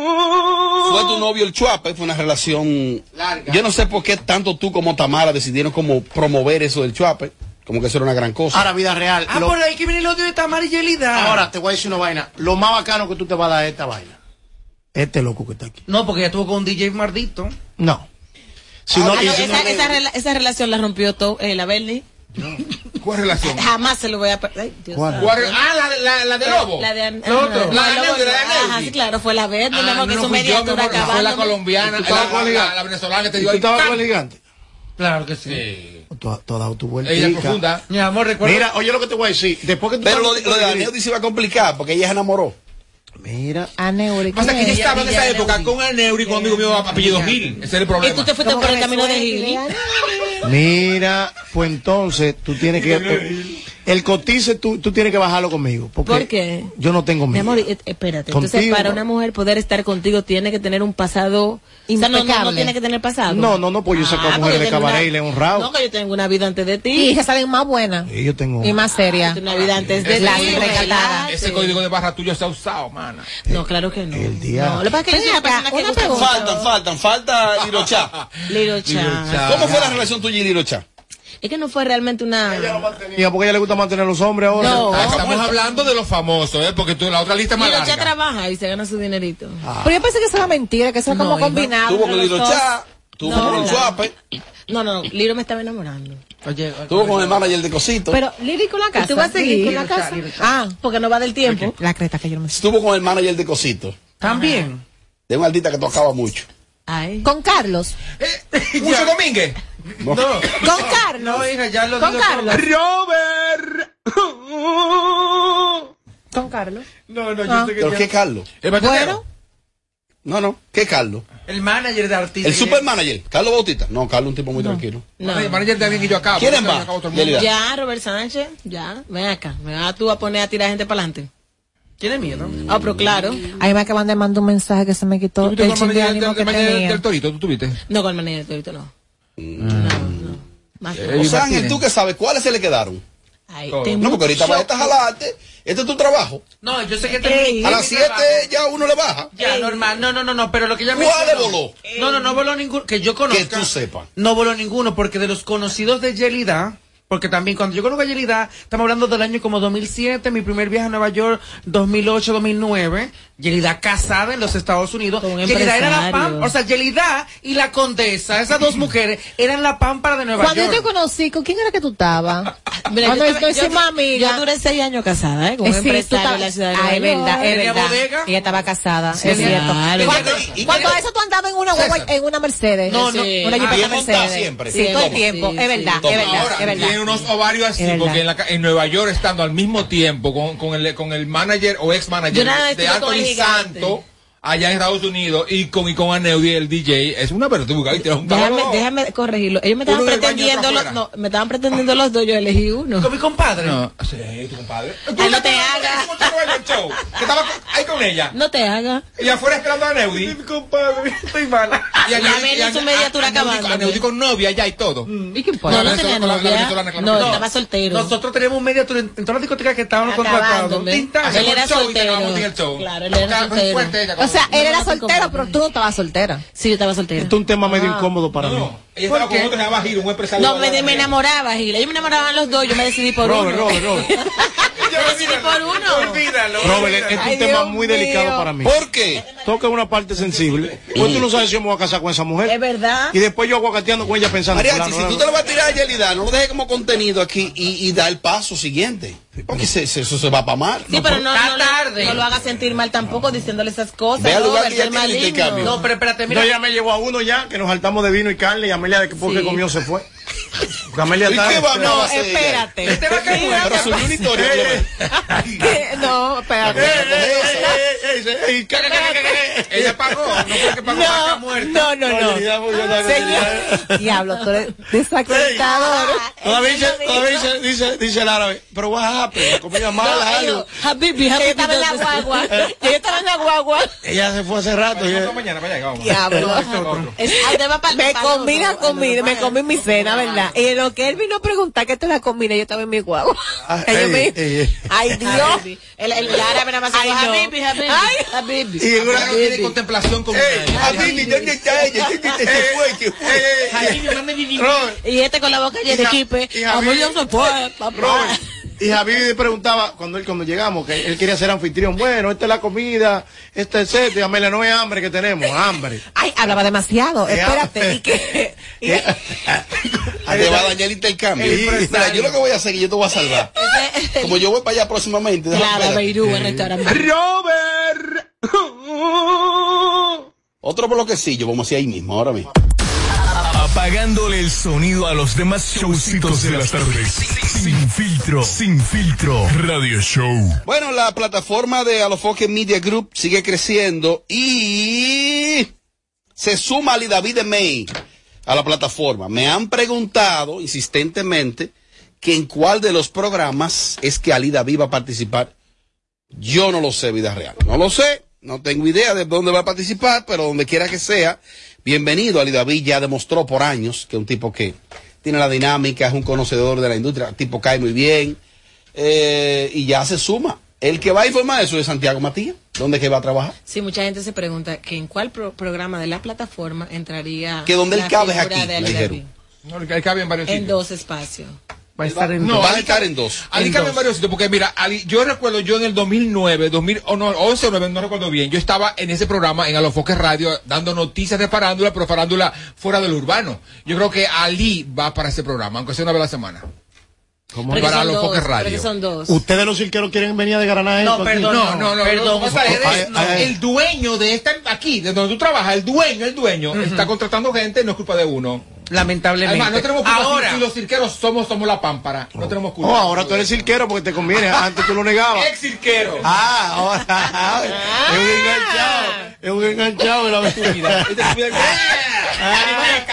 S2: Fue tu novio el Chuapa, fue una relación
S6: Larga.
S2: Yo no sé por qué tanto tú como Tamara decidieron como promover eso del Chuape, como que eso era una gran cosa.
S8: Ahora, vida real.
S7: Ah,
S8: lo-
S7: por ahí que viene el odio de Tamara y Yelida.
S8: ahora te voy a decir una vaina. Lo más bacano que tú te vas a dar es esta vaina. Este loco que está aquí.
S7: No, porque ya estuvo con un DJ Mardito.
S8: No. Si no,
S4: Ah, no,
S8: y si no
S4: esa,
S8: le-
S4: esa rela- esa relación la rompió todo, la Bernie. Ah,
S6: ¿Cuál relación?
S4: Jamás se lo voy a perder. Ay, Dios
S8: ¿Cuál?
S4: santo. Eh,
S6: ¿Cuál- Ah, la, la, la de Lobo.
S4: La de An-
S6: Lo otro.
S4: ajá.
S6: La de
S4: Ah,
S6: Lobo, de la de
S4: ajá,
S6: Nelvi.
S4: sí, claro, fue la Bernie,
S8: Ah,
S4: mi amor, que es
S6: no
S4: un
S6: fui yo, mi
S4: miniatura
S6: amor, no, fue la
S4: acabando.
S6: colombiana,
S8: ¿Y tú estabas
S6: la, la- la venezolana que te
S8: ¿Y
S6: dio
S8: tú
S6: ahí.
S8: estabas
S6: ¡Pam!
S8: con elegante?
S7: Claro que sí.
S6: Sí.
S8: Tú, has- tú has dado tu vuelta.
S6: Ella profunda.
S7: Mi amor, recuerda.
S8: Mira, oye lo que te voy a decir. Después que tú
S2: Pero lo,
S8: sabes
S2: de- lo de Daniel se iba a complicar porque ella se enamoró.
S8: Mira,
S5: Aneuri,
S6: Pasa que
S5: ¿quién
S6: yo
S5: es?
S6: estaba en esa época con el Neuri, con un amigo mío apellido Gil. Ese era el
S4: Y tú
S6: problema.
S4: te fuiste
S5: Como
S4: por el
S5: que me
S4: camino de
S5: suena,
S4: Gil.
S5: Aneuri.
S8: mira, pues entonces tú tienes que. eh, El cotice tú, tú tienes que bajarlo conmigo. Porque
S4: ¿Por qué?
S8: Yo no tengo
S4: Mi
S8: miedo.
S4: amor, eh, espérate. Entonces,
S8: Contigo,
S4: para
S8: no.
S4: una mujer poder estar conmigo, tiene que tener un pasado O sea, no, no, no
S5: Impecable.
S4: tiene que tener pasado. Ah,
S8: No, no, no, pues yo saco a mujeres
S4: porque
S8: de
S4: yo tengo
S8: cabaret
S4: una-
S8: y le he honrado.
S4: No, que yo tengo una vida antes de
S5: Y
S4: ti.
S5: que salen más buenas
S8: Y yo tengo.
S5: y más serias.
S4: Una vida antes de
S6: Ese-
S5: Las
S6: ese-
S5: recatadas.
S6: Ese código de barra tuyo se ha usado, mana.
S4: No, claro que no.
S8: El diablo.
S4: No, lo que pasa es que yo soy una
S5: Ven acá,
S4: persona que
S5: una
S4: gusta
S5: pregunta.
S4: mucho.
S2: Faltan,
S6: <laughs>
S2: faltan, falta Lirochá.
S4: Little Chan.
S2: ¿Cómo fue la relación tuya y Lirochá?
S4: Es que no fue realmente una.
S8: Mira, porque a ella le gusta mantener los hombres ahora.
S4: No.
S6: Ah, estamos hablando de los famosos, ¿eh? Porque tú, la otra lista es más
S4: Little Chan
S6: larga.
S4: trabaja y se gana su dinerito.
S8: Ah.
S5: Pero yo pensé que eso era mentira, que eso era
S4: No,
S5: como
S4: iba-
S5: combinado.
S2: Tuvo
S5: entre
S2: con
S5: los dos.
S2: Lirochá, Tú con el suape.
S8: ¿eh?
S5: No, no, no. Liro me estaba enamorando.
S7: Oye,
S2: Tú con el manager de Cosito.
S5: Pero Lili con la casa.
S4: Pues tú vas a
S5: Lili
S4: seguir,
S5: con la
S4: o sea,
S5: casa.
S4: Lili-
S5: Ah, porque no va del tiempo. La creta que yo no me
S2: Estuvo con el manager de Cosito. Ah.
S7: También.
S2: De un artista que tocaba mucho.
S5: Con Carlos.
S7: Eh,
S5: <laughs>
S6: Mucho Domínguez.
S2: No.
S5: Con Carlos.
S7: No, hija, ya lo
S5: Con
S7: digo todo.
S5: Carlos.
S6: Robert.
S5: Con Carlos.
S7: No, no, yo
S5: Ah.
S7: sé que
S2: ¿Pero
S7: ya-
S2: qué Carlos?
S6: El batallero.
S2: No, no. ¿Qué Carlos?
S7: El manager de artista.
S2: El super manager. Carlos Bautista. No, Carlos un tipo muy tranquilo.
S6: No. El manager también y yo acabo.
S2: ¿Quiénes
S6: Yo
S2: más?
S6: acabo todo el
S2: Yelida.
S6: mundo.
S4: Ya, Robert Sánchez, ya, ven acá. Me vas tú a poner a tirar gente para adelante.
S7: Tiene miedo.
S8: Mm.
S4: Ah, pero claro.
S5: Ahí me acaban de mandar un mensaje que se me quitó
S6: ¿Tú
S5: el
S6: viste con
S5: chin
S6: el
S5: de
S6: manager
S5: ánimo
S6: del-
S5: que
S6: del manager
S5: tenía.
S6: del Torito? Mm. ¿Tú tuviste?
S4: No con el manager de Torito, no.
S5: Ah,
S7: Eh,
S4: No, no. Más
S6: Eh,
S4: que-
S2: O sea, Ángel, tú que sabes, ¿cuáles se le quedaron?
S4: Ay,
S6: todo.
S4: tengo
S2: No, porque ahorita
S4: mucho-
S2: vas a jalarte. Este es tu trabajo.
S7: No, yo sé que
S4: Ey.
S7: te
S2: A las 7 ya uno le baja.
S7: Ya, normal. No, no, no, no, pero lo que ya me
S2: ¿Cuál voló?
S7: No, no, no voló ninguno. Que yo conozca.
S2: Que tú sepas.
S7: No voló ninguno, porque de los conocidos de Yelida, porque también cuando yo conozco a Yelida, estamos hablando del año como 2007, mi primer viaje a Nueva York, 2008, 2009. Yelida casada en los Estados Unidos.
S4: Con un
S7: Yelida era la
S4: empresario.
S7: PAM, o sea, Yelida y la Condesa,
S4: <clears throat>
S7: esas dos mujeres, eran la pámpara de Nueva
S5: Cuando yo
S7: York.
S5: te conocí, ¿con quién era que tú estabas?
S4: Mira,
S5: Cuando
S4: yo,
S5: yo
S4: estoy,
S5: Ah, estoy sin amiga.
S4: yo duré seis años casada, ¿eh? Con un
S5: Eh, sí, tú
S4: empresario de
S5: estabas-
S4: la ciudad de
S5: Ah,
S4: Nueva
S5: es verdad, es
S7: Tenía
S5: verdad.
S7: bodega.
S5: Ella estaba casada,
S4: Sí,
S5: es cierto.
S4: claro.
S5: Cuando,
S2: Y- y-
S5: cuando eso tú andabas en una guagua-
S6: César.
S5: en una Mercedes.
S7: No, no.
S5: una
S2: Ah, y
S5: Jeepeta
S2: es montada
S5: Mercedes.
S2: siempre.
S5: Sí, todo el
S2: Toma.
S5: tiempo,
S4: Sí,
S5: es
S4: sí.
S5: verdad,
S2: Toma.
S5: es verdad,
S6: Ahora
S5: es verdad.
S6: tiene unos ovarios así,
S5: Es verdad.
S6: porque en, la ca- en Nueva York estando al mismo tiempo con, con el, con el manager o ex
S4: Yo
S6: manager
S4: nada de
S6: de
S4: estuve con el
S6: Anthony
S4: gigante.
S6: Santo allá en Estados Unidos y con y con Aneudi el DJ es una verduga y te un
S4: Déjame,
S6: tabaco.
S4: déjame corregirlo. Ellos me estaban
S6: Uno del baño,
S4: pretendiendo
S6: otro
S4: los,
S6: afuera.
S4: no, me estaban pretendiendo los dos, yo elegí uno.
S7: Con mi compadre.
S6: No, sí, tu compadre. Tú
S4: Ay, Ah, no
S6: la-
S4: te
S6: tú la-
S4: hagas.
S6: tú la- tú la- el show, que estaba con- ahí con ella
S4: No te hagas.
S6: y afuera esperando a Neudi. Mi compadre, estoy mala. Y
S4: Ya ven, en su mediatura acabando.
S6: Neudi con novia ya y todo.
S5: ¿Y qué
S4: No, Mm. no
S6: la
S4: tenía
S6: venezolana, la
S4: novia.
S6: venezolana que la
S4: No,
S6: pegó.
S4: estaba soltero.
S7: Nosotros tenemos un media tour en, en todas las discotecas que estábamos contratados.
S4: Acabándome.
S7: Tinta.
S4: Él era
S6: Show y te
S4: soltero.
S6: grabamos en el show.
S4: Claro, él era
S6: Está muy
S4: soltero.
S6: fuerte ella,
S5: O sea,
S6: como-
S5: él era
S4: No, no,
S5: soltero,
S4: no.
S5: pero tú no estabas soltera. Ah.
S4: Sí, yo estaba soltera.
S8: Esto es un tema medio incómodo para mí.
S6: No, ella estaba con otro que se llama Giro, un empresario.
S4: No, me, me enamoraba, Gila. Ellos me enamoraban los dos, yo me decidí por
S8: Robert,
S4: uno. <laughs>
S8: Robert, Robert.
S4: Me decidí por uno.
S6: Olvídalo.
S8: Robert, este es un
S5: Ay,
S8: tema
S5: Dios
S8: muy
S5: mío.
S8: delicado para mí.
S2: ¿Por qué?
S8: Toca una parte sensible. Pues tú no sabes si yo me voy a casar con esa mujer.
S5: Es verdad.
S8: Y después yo aguacateando con ella pensando.
S2: Mariachi,
S8: fulano,
S2: si tú
S8: fulano.
S2: te lo vas a tirar a Yelida, no lo dejes como contenido aquí y, y da el paso siguiente. Porque se- se- eso se va para mal.
S4: Sí, pero no,
S7: Está
S4: no, lo-
S7: tarde.
S4: no lo hagas sentir mal tampoco diciéndole esas cosas.
S2: Ve al lugar
S4: Robert,
S2: que ya
S4: ser
S2: tiene y te
S4: maligno.
S2: cambia.
S7: No, pero espérate, mira.
S8: No, ya me llevó a uno ya, que nos saltamos de vino y carne, y Amelia, de que porque
S4: Sí.
S8: comió, se fue. Porque Amelia
S2: ¿Y qué
S8: está...
S2: vamos a hacer?
S5: espérate.
S7: Este va a caer.
S2: Pero subió una historia. Clemente.
S5: ¿Qué? No, espérate.
S6: Ella pagó, no fue que pagó vaca muerta.
S5: no, no, no. Señor, diablo, tú eres desacreditador.
S8: Todavía dice, todavía dice, dice, dice el árabe, pero what happened? La comida mala, algo.
S4: Habibi,
S5: Ella
S4: habibi,
S5: estaba en la
S4: entonces.
S5: guagua. Ella estaba en la guagua.
S8: Ella se fue hace rato.
S6: Vamos
S8: ya.
S6: para mañana, para allá, vamos.
S5: Diablo.
S4: Es- ahí Ah, te va pa'l-
S5: Me
S4: pa'l
S5: comí la
S4: otro,
S5: comida,
S4: al
S5: me
S4: otro.
S5: comí mi cena, ¿verdad? Y en lo que él vino a preguntar que te la comida, yo estaba en mi guagua. <laughs>
S8: Ah,
S5: Ella
S8: ey,
S5: me-
S8: ey, ey.
S5: Ay, Dios.
S4: Habibi. El, el, el árabe nada más
S5: Ay,
S4: dijo,
S5: no.
S4: habibi, habibi.
S5: Ay.
S4: Habibi.
S8: Y en
S6: Ahora
S8: una-
S6: no tiene contemplación con nadie.
S2: Habibi, ¿dónde está ella? ¿Qué te- te- te fue? ¿Qué fue?
S7: Jaime, mándame mi dinero.
S8: Robert,
S4: Y este con la boca llena de
S8: Ja-
S4: kipe.
S8: y Javier-
S4: Amor, yo se fue, papá.
S8: Robert. Y Javier preguntaba cuando él cuando llegamos que él quería ser anfitrión. Bueno, esta es la comida, esta es esto. Y Amelia, no es hambre que tenemos, hambre.
S5: Ay, hablaba demasiado.
S8: Ella-
S5: Espérate.
S8: <laughs>
S5: ¿Y qué? Y-
S8: Eh,
S2: Ah, Te va a dañar el intercambio.
S8: El
S2: Mira, yo lo que voy a hacer es que yo te voy a salvar. Como yo voy para allá próximamente. déjame
S4: Claro,
S2: espérate.
S4: Beirú en restaurante.
S6: Robert.
S2: Otro bloquecillo, vamos hacia ahí mismo, ahora mismo.
S3: Apagándole el sonido a los demás showcitos de las tardes. Sin filtro, sin filtro, radio show.
S2: Bueno, la plataforma de Alofoque Media Group sigue creciendo y se suma Ali David May a la plataforma. Me han preguntado insistentemente que en cuál de los programas es que Ali David va a participar. Yo no lo sé, vida real. No lo sé, no tengo idea de dónde va a participar, pero donde quiera que sea, bienvenido. Ali David ya demostró por años que es un tipo que tiene la dinámica, es un conocedor de la industria, tipo cae muy bien eh, y ya se suma. El que va a informar eso es Santiago Matías, donde es que va a trabajar.
S4: Sí, mucha gente se pregunta que en cuál pro- programa de la plataforma entraría
S2: Que donde él
S4: la
S2: cabe es
S4: figura
S2: aquí,
S4: de Ali
S2: me dijeron.
S4: David.
S6: No, le cabe en varios
S4: En
S6: sitios.
S4: dos espacios.
S7: Va a estar en
S6: No,
S7: dos.
S6: va a estar en
S2: dos.
S6: Alícame
S7: En dos.
S6: varios sitios, porque mira, Ali- yo recuerdo yo en el 2009, 2011 o 9, oh, no recuerdo bien, yo estaba en ese programa en Alofoques Radio dando noticias de farándula, pero farándula fuera del urbano. Yo creo que Ali va para ese programa, aunque sea una vez a la semana. ¿Cómo?
S4: Pero que
S6: Para
S4: son dos,
S6: Alofoques
S4: pero que
S6: Radio.
S4: son dos.
S8: Ustedes los cirqueros quieren venir de Granada.
S6: No, perdón, no, no, no,
S8: perdón.
S6: lo que pasa es,
S8: Ay,
S6: no,
S8: ay.
S6: el dueño de esta, aquí, de donde tú trabajas, el dueño, el dueño, está contratando gente, no es culpa de uno.
S7: Lamentablemente.
S6: Además, no tenemos culpa
S7: Ahora.
S6: si los cirqueros somos, somos la pámpara. No tenemos culpa.
S8: Oh, ahora tú eres cirquero porque te conviene. Antes tú lo negabas.
S6: Ex cirquero.
S8: Ah, ahora. <laughs> Es un enganchado. Es un enganchado de la vida.
S6: este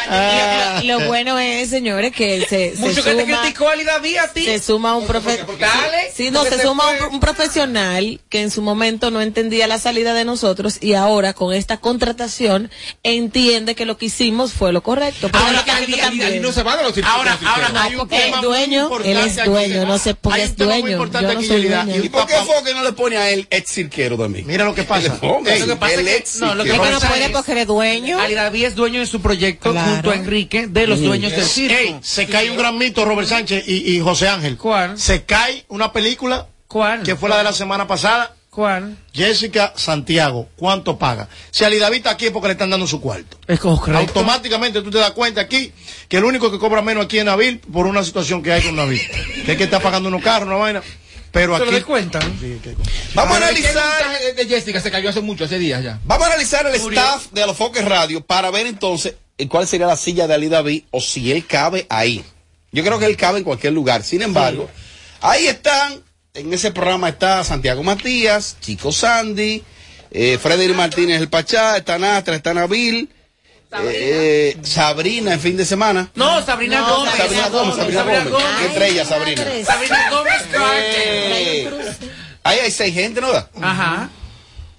S7: Ah,
S4: Lo- Lo bueno es, señores, que se, se
S7: Mucho que te
S4: suma-
S7: criticó Alida Díaz a ti.
S4: se suma un profesional.
S7: Dale,
S4: Sí, no,
S7: porque
S4: se
S7: se
S4: suma
S7: fue.
S4: un, un profesional que en su momento no entendía la salida de nosotros y ahora con esta contratación entiende que lo que hicimos fue lo correcto. Pero
S6: Ahora
S4: lo que
S6: Ali-
S4: haciendo
S6: Ali-
S4: también.
S6: Ali no se va de los cirqueros.
S7: Ahora, ahora,
S4: No,
S7: hay un
S4: porque
S7: tema
S4: es
S7: muy
S4: dueño, él
S7: importante
S4: es
S7: aquí.
S4: dueño, no se porque
S7: Hay un
S4: es
S7: tema muy
S4: dueño. Yo
S7: importante
S4: no
S7: aquí,
S4: soy
S7: Yelida.
S4: dueña.
S2: ¿Y por qué fue que no le pone a él ex cirquero también?
S8: Mira
S2: <laughs>
S8: lo que pasa.
S2: Pongan,
S7: Lo que pasa
S2: el
S7: es que-
S2: ex
S7: no, lo que
S2: cirquero.
S7: pasa-
S5: no puede porque eres dueño.
S7: Ali David es dueño de su proyecto
S5: Claro.
S7: junto a Enrique de los dueños del circo.
S8: Ey, se cae un gran mito, Robert Sánchez y, y José Ángel.
S7: ¿Cuál?
S8: Se cae una película
S7: ¿Cuál?
S8: que fue la de la semana pasada.
S7: ¿Cuál?
S8: Jessica Santiago, ¿cuánto paga? Si Ali David está aquí es porque le están dando su cuarto.
S7: Es correcto.
S8: Automáticamente tú te das cuenta aquí que el único que cobra menos aquí es Nabil por una situación que hay con Nabil. que es que está pagando unos carros, una vaina. Pero
S7: ¿Te lo Ah,
S8: aquí.
S7: das cuenta?
S8: Sí, que-
S2: Vamos a
S6: Pero es que el
S2: analizar.
S6: mensaje de- de Eh, Jessica se cayó hace mucho, hace días ya.
S2: Vamos a analizar el
S6: Murió.
S2: staff de Alofoque Radio para ver entonces eh, cuál sería la silla de Ali David o si él cabe ahí. Yo creo que él cabe en cualquier lugar. Sin embargo, ahí están, en ese programa está Santiago Matías, Chico Sandy, eh, Frederick Martínez el Pachá, está Nastra, está Nabil, eh, Sabrina en fin de semana.
S7: No, Sabrina
S4: No,
S7: Gómez.
S2: Sabrina Gómez, Sabrina Gómez.
S7: Gómez.
S2: Qué estrella,
S4: Ay,
S2: Sabrina.
S4: madre.
S7: Sabrina Gómez Carter.
S2: Eh, ahí hay seis gente, ¿no? da?
S7: Ajá.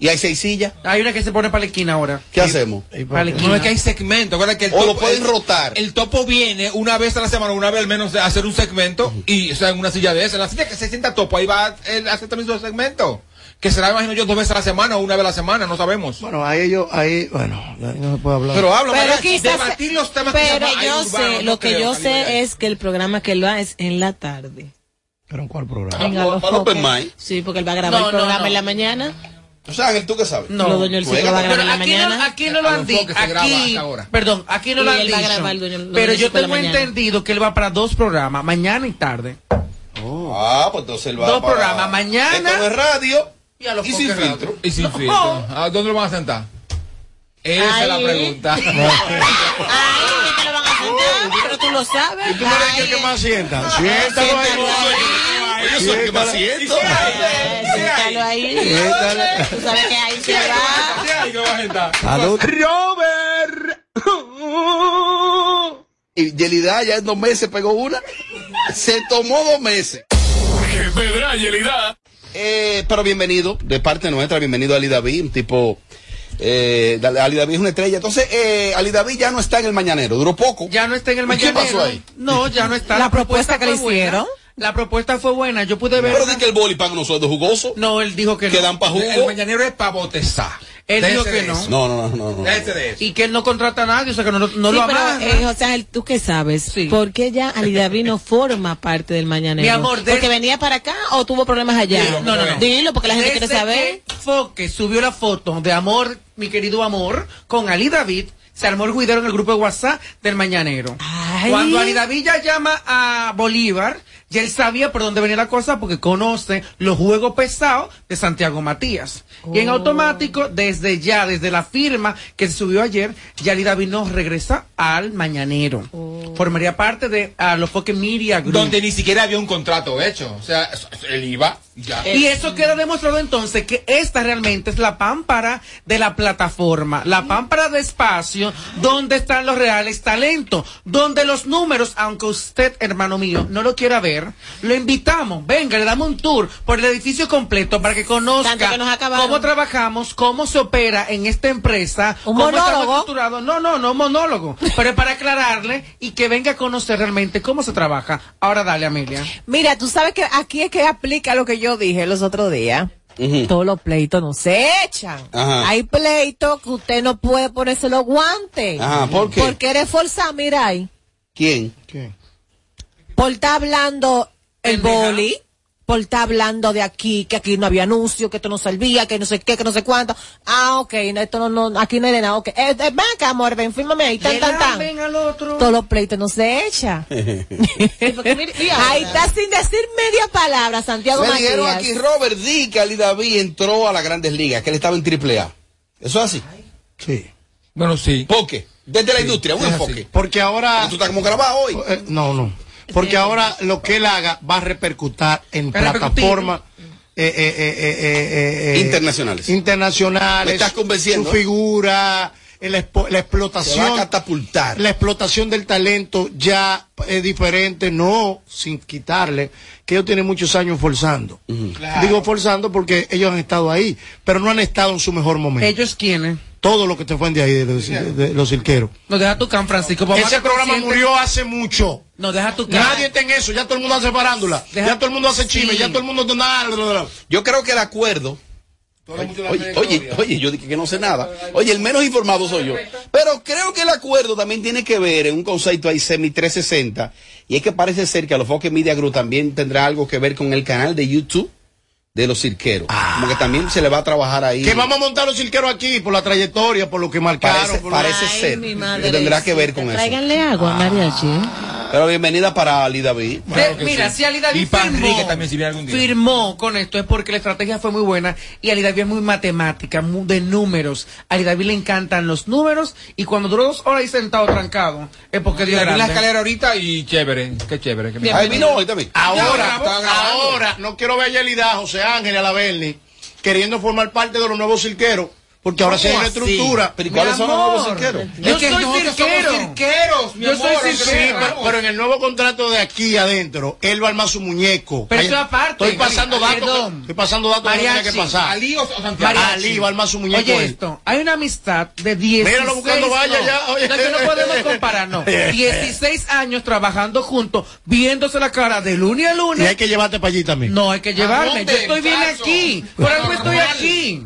S2: Y hay seis sillas.
S7: Hay una que se pone para la esquina ahora.
S2: ¿Qué hacemos?
S7: Para la
S6: No es
S7: esquina.
S6: que hay segmento, acuérdate que el
S2: O lo
S6: topo-
S2: pueden
S6: el-
S2: rotar.
S6: El topo viene una vez a la semana, una vez al menos, a hacer un segmento y, o sea, en una silla de esa. La silla que se sienta topo, ahí va él hace también su segmento. Que será, imagino yo, dos veces a la semana o una vez a la semana, no sabemos.
S8: Bueno, ahí ellos, ahí, bueno, no se puede hablar.
S6: Pero habla,
S4: Pero
S6: Mariachi,
S4: quizás-
S6: debatir los temas que
S4: pero
S6: llaman ahí
S4: yo
S6: urbanos,
S4: sé,
S6: no
S4: lo que
S6: creo,
S4: yo
S6: Cali Mariachi.
S4: sé es que el programa que lo hace es en la tarde.
S8: ¿Pero en cuál programa?
S4: En
S2: para-
S4: Gallo
S2: para Open
S4: Poker.
S2: Mic.
S4: Sí, porque él va a grabar
S7: No,
S4: el
S7: no,
S4: programa
S7: no.
S4: en la mañana.
S2: O sea, Ángel, ¿tú qué sabes?
S7: No.
S4: lo dueño del ciclo va a
S7: Pero
S4: grabar en la
S7: aquí no,
S4: mañana.
S7: aquí no lo
S6: A los
S7: han
S6: dos
S7: dicho.
S6: que se graba
S7: Aquí,
S6: hasta ahora.
S7: perdón, aquí no
S4: Y
S7: lo han
S4: él va a
S7: dicho.
S4: grabar el dueño- el dueño
S7: pero
S4: del
S7: yo
S4: circo de la
S7: tengo
S4: mañana.
S7: entendido que él va para dos programas, mañana y tarde.
S2: Ah, pues entonces él va
S7: Dos
S2: para-
S7: programas, mañana.
S2: Esto no es radio.
S7: Y a los
S2: Y sin
S7: Poker Radio.
S2: filtro.
S6: Y sin
S7: No.
S6: filtro. ¿A dónde lo van a sentar? Esa es la
S4: Ahí.
S7: <laughs>
S6: pregunta.
S4: Ay, ¿qué te lo van a sentar? Pero tú lo sabes.
S8: ¿Y tú no eres el que más sienta? Siéntalo ahí.
S2: Yo soy el que más siento.
S4: Eh, Siéntalo ahí.
S8: Siéntalo.
S4: Tú sabes que ahí se va.
S8: Salud.
S2: Y Yelida ya en dos meses pegó una. Se tomó dos meses.
S3: ¡Qué pedra, Yelida!
S2: Eh, pero bienvenido, de parte nuestra, bienvenido a Ali David, un tipo. Eh, Ali David es una estrella. Entonces, eh, Ali David ya no está en el mañanero, duró poco.
S7: Ya no está en el
S2: ¿Y qué
S7: mañanero.
S2: pasó ahí?
S7: No, ya no está.
S5: La propuesta que
S7: fue
S5: le
S7: buena.
S5: hicieron.
S7: La propuesta fue buena. Yo pude ver.
S2: Pero di que el boli paga unos sueldos jugosos.
S7: No, él dijo que
S2: que
S7: no.
S2: dan pa'
S6: El
S2: jugo.
S6: mañanero es para botezar.
S7: Él dijo
S6: Déjese
S7: que
S6: de
S7: no.
S6: eso.
S2: No, no, no, no. no.
S7: Eh,
S6: Déjese de eso.
S7: Y que él no contrata a nadie, o sea que no, lo- no
S4: Sí,
S7: lo
S4: pero,
S7: amarra.
S4: eh, José Ángel, ¿tú qué sabes?
S7: Sí.
S4: ¿Por qué ya Ali
S7: <laughs>
S4: David no forma parte del Mañanero?
S7: Mi amor, de-
S4: ¿Porque venía para acá o tuvo problemas allá?
S7: Dilo, no, no, no.
S4: Dilo, porque la gente
S7: Desde
S4: quiere saber.
S7: que Foque subió la foto de amor, mi querido amor, con Ali David. Se armó el juidero en el grupo de WhatsApp del Mañanero.
S4: Ay.
S7: Cuando Ali David ya llama a Bolívar, ya él sabía por dónde venía la cosa porque conoce los juegos pesados de Santiago Matías. Y
S4: Oh.
S7: en automático, desde ya, desde la firma que se subió ayer, ya Ali David nos regresa al Mañanero.
S4: Oh.
S7: Formaría parte de a los Foque Media Group.
S6: Donde ni siquiera había un contrato hecho. O sea, s- s- él iba y ya.
S7: Y eso queda demostrado entonces que esta realmente es la pámpara de la plataforma, la pámpara de espacio donde están los reales talentos, donde los números, aunque usted, hermano mío, no lo quiera ver, lo invitamos, venga, le damos un tour por el edificio completo para que
S4: Tanto
S7: conozca
S4: que nos acabaron.
S7: cómo trabajamos, cómo se opera en esta empresa,
S5: Un
S7: cómo estamos
S5: monólogo.
S7: estructurados. No, no, no monólogo, pero es para aclararle y que venga a conocer realmente cómo se trabaja. Ahora dale, Amelia.
S5: Mira, tú sabes que aquí es que aplica lo que yo dije los otros días. Todos los pleitos no se echan.
S2: Ajá.
S5: Hay pleitos que usted no puede ponerse los guantes.
S2: Ajá, ¿por qué?
S5: Porque eres forzada, mira ahí.
S2: ¿Quién?
S8: ¿Quién?
S5: Por estar hablando el boli, por estar hablando de aquí, que aquí no había anuncio, que esto no servía, que no sé qué, que no sé cuánto. Ah, ok, no, esto no, no, aquí no hay de nada, ok. Eh, eh, ven acá, amor, ven, fírmame ahí, tan, tan, tan.
S7: Ven al otro.
S5: Todos los pleitos no se echan. <laughs> Ahí está sin decir media palabra, Santiago
S2: Me dijeron
S5: Matías.
S2: aquí Robert D. que Ali David entró a las grandes ligas, que él estaba en triple A. ¿Eso es así?
S8: Sí.
S6: Bueno, sí.
S2: ¿Por qué? Desde la industria, un enfoque.
S8: Porque ahora.
S2: Tú estás como grabado hoy.
S8: Eh, No, no. Porque ahora lo que él haga va a repercutir en
S2: Va a repercutir.
S8: plataformas eh, eh, eh, eh, eh, eh,
S2: Internacionales.
S8: Internacionales.
S2: Me estás convenciendo,
S8: Su
S2: ¿eh?
S8: figura, el expo- la explotación.
S2: Se va a catapultar.
S8: La explotación del talento ya es diferente, no sin quitarle, que ellos tienen muchos años forzando. Digo forzando porque ellos han estado ahí, pero no han estado en su mejor momento.
S7: ¿Ellos quiénes?
S8: Todo lo que te fue de ahí, de los, de los cirqueros.
S7: No, deja tu can, Francisco. para
S8: Ese
S7: más
S8: programa
S7: consciente-
S8: murió hace mucho.
S7: No, deja tu can.
S8: Nadie está en eso, ya todo el mundo hace farándula,
S7: Deja-
S8: ya todo el mundo hace chisme,
S7: Sí.
S8: ya todo el mundo nada, bla, bla, bla.
S2: Yo creo que el acuerdo. Oye, oye, oye, yo dije que no sé nada. Oye, el menos informado soy yo. Pero creo que el acuerdo también tiene que ver en un concepto ahí semi 360. Y es que parece ser que a los Fox Media Group también tendrá algo que ver con el canal de YouTube de los cirqueros. Como que también se le va a trabajar ahí.
S8: Que vamos a montar los cirqueros aquí por la trayectoria, por lo que marcaron.
S2: Parece,
S8: por-
S2: parece ser que tendrá que ver con eso.
S14: Tráiganle agua, mariachi.
S2: Pero bienvenida para Ali David.
S7: Ve, mira, si Ali David
S6: Y para
S7: firmó,
S6: Enrique también, si viene algún día.
S7: firmó con esto es porque la estrategia fue muy buena y a Ali David es muy matemática, muy de números. A Ali David le encantan los números y cuando duró dos horas ahí sentado trancado es porque
S6: Y
S7: dio
S6: la
S7: grande.
S6: escalera ahorita y chévere. Qué chévere. qué
S2: Ahí vino hoy también.
S6: Ah,
S8: Ahora,
S6: Estaba grabando.
S8: ahora, no quiero ver a Yelida, a José Ángel, y a la Berni, queriendo formar parte de los nuevos cirqueros, porque ahora sí hay
S6: ¿Cómo
S8: una
S6: así?
S8: estructura.
S2: Pero ¿y ¿cuáles son los nuevos cirqueros?
S7: Yo
S6: Es que
S7: soy
S6: nosotros somos
S7: cirquero.
S6: cirqueros, mi
S7: Yo
S6: amor,
S7: soy
S6: aunque no
S8: Sí,
S7: cirquero.
S8: pero, pero en el nuevo contrato de aquí adentro, él va a armar su muñeco.
S7: Pero
S8: Ahí-
S7: eso es aparte.
S8: Estoy pasando
S7: Perdón.
S8: datos. que- Estoy pasando datos que no tenía que
S7: Mariachi,
S8: pasar.
S6: Ali o o Santiago.
S7: Mariachi.
S8: Ali va a armar su muñeco.
S7: Oye,
S8: él.
S7: esto, hay una amistad de 16
S8: Míralo buscando valla
S7: no,
S8: ya, oye. Eh.
S7: No, que no podemos
S8: <laughs>
S7: comparar, no. 16 años trabajando juntos, viéndose la cara de lunes a
S8: Y hay
S7: lunes.
S8: que llevarte para allí también.
S7: No, hay que llevarme.
S6: dónde,
S7: Yo estoy bien
S6: falso?
S7: aquí. Por algo estoy aquí.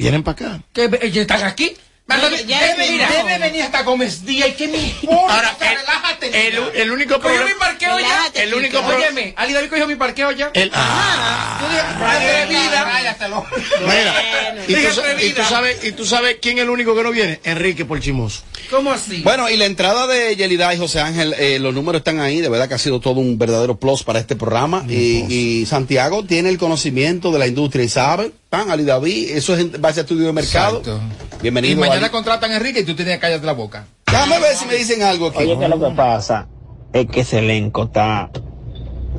S8: Vienen para acá.
S7: Que ve- eh, ya están aquí.
S6: Debe, debe,
S7: Mira.
S6: debe venir hasta Gómez Díaz. ¿Qué me importa?
S8: Ahora, el,
S6: relájate.
S8: el- el único
S7: Cogió
S8: problema.
S7: mi parqueo ya.
S8: Relájate, El único chica.
S7: Óyeme, Ali David cogió mi parqueo ya.
S8: el- ah,
S7: Yo dije, atrevida. <laughs>
S8: mira. Y tú,
S7: Dije
S8: sa- y, tú
S7: atrevida.
S8: sabes, y tú sabes quién es el único que no viene. Enrique por chimoso.
S7: ¿Cómo así?
S2: Bueno, y la entrada de Yelida y José Ángel, eh, los números están ahí, de verdad que ha sido todo un verdadero plus para este programa. Y, y Santiago tiene el conocimiento de la industria y sabe, pan, Ali David, eso es en base a estudio de mercado.
S6: Exacto. Y
S2: Bienvenido.
S6: mañana
S2: Ali.
S6: contratan a Enrique y tú tienes que callarte la boca.
S2: Déjame ver si me dicen algo aquí.
S15: Oye, que lo que pasa es que ese elenco está,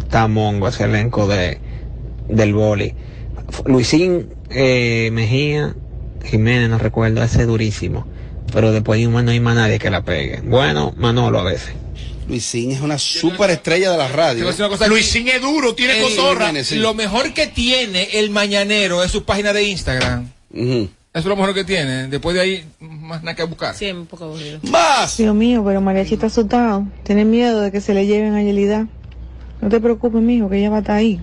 S15: está mongo, ese elenco de, del boli. F- Luisín eh, Mejía, Jiménez, no recuerdo, ese es durísimo. Pero después de un no hay más nadie que la pegue. Bueno, Manolo a veces.
S2: Luisín es una superestrella de la
S6: Te
S2: radio.
S6: voy a decir una cosa.
S8: Luisín es duro, tiene
S6: Eh,
S8: cotorra.
S2: Jiménez, sí.
S6: Lo mejor que tiene el mañanero es su página de Instagram.
S2: Ujú.
S6: Eso es lo mejor que tiene. Después de ahí, más nada que buscar.
S14: Sí, un poco aburrido.
S2: Más.
S4: Dios mío, pero Mariachi está asustado. Tiene miedo de que se le lleven a Yelida. No te preocupes, mijo, que ella va a estar ahí.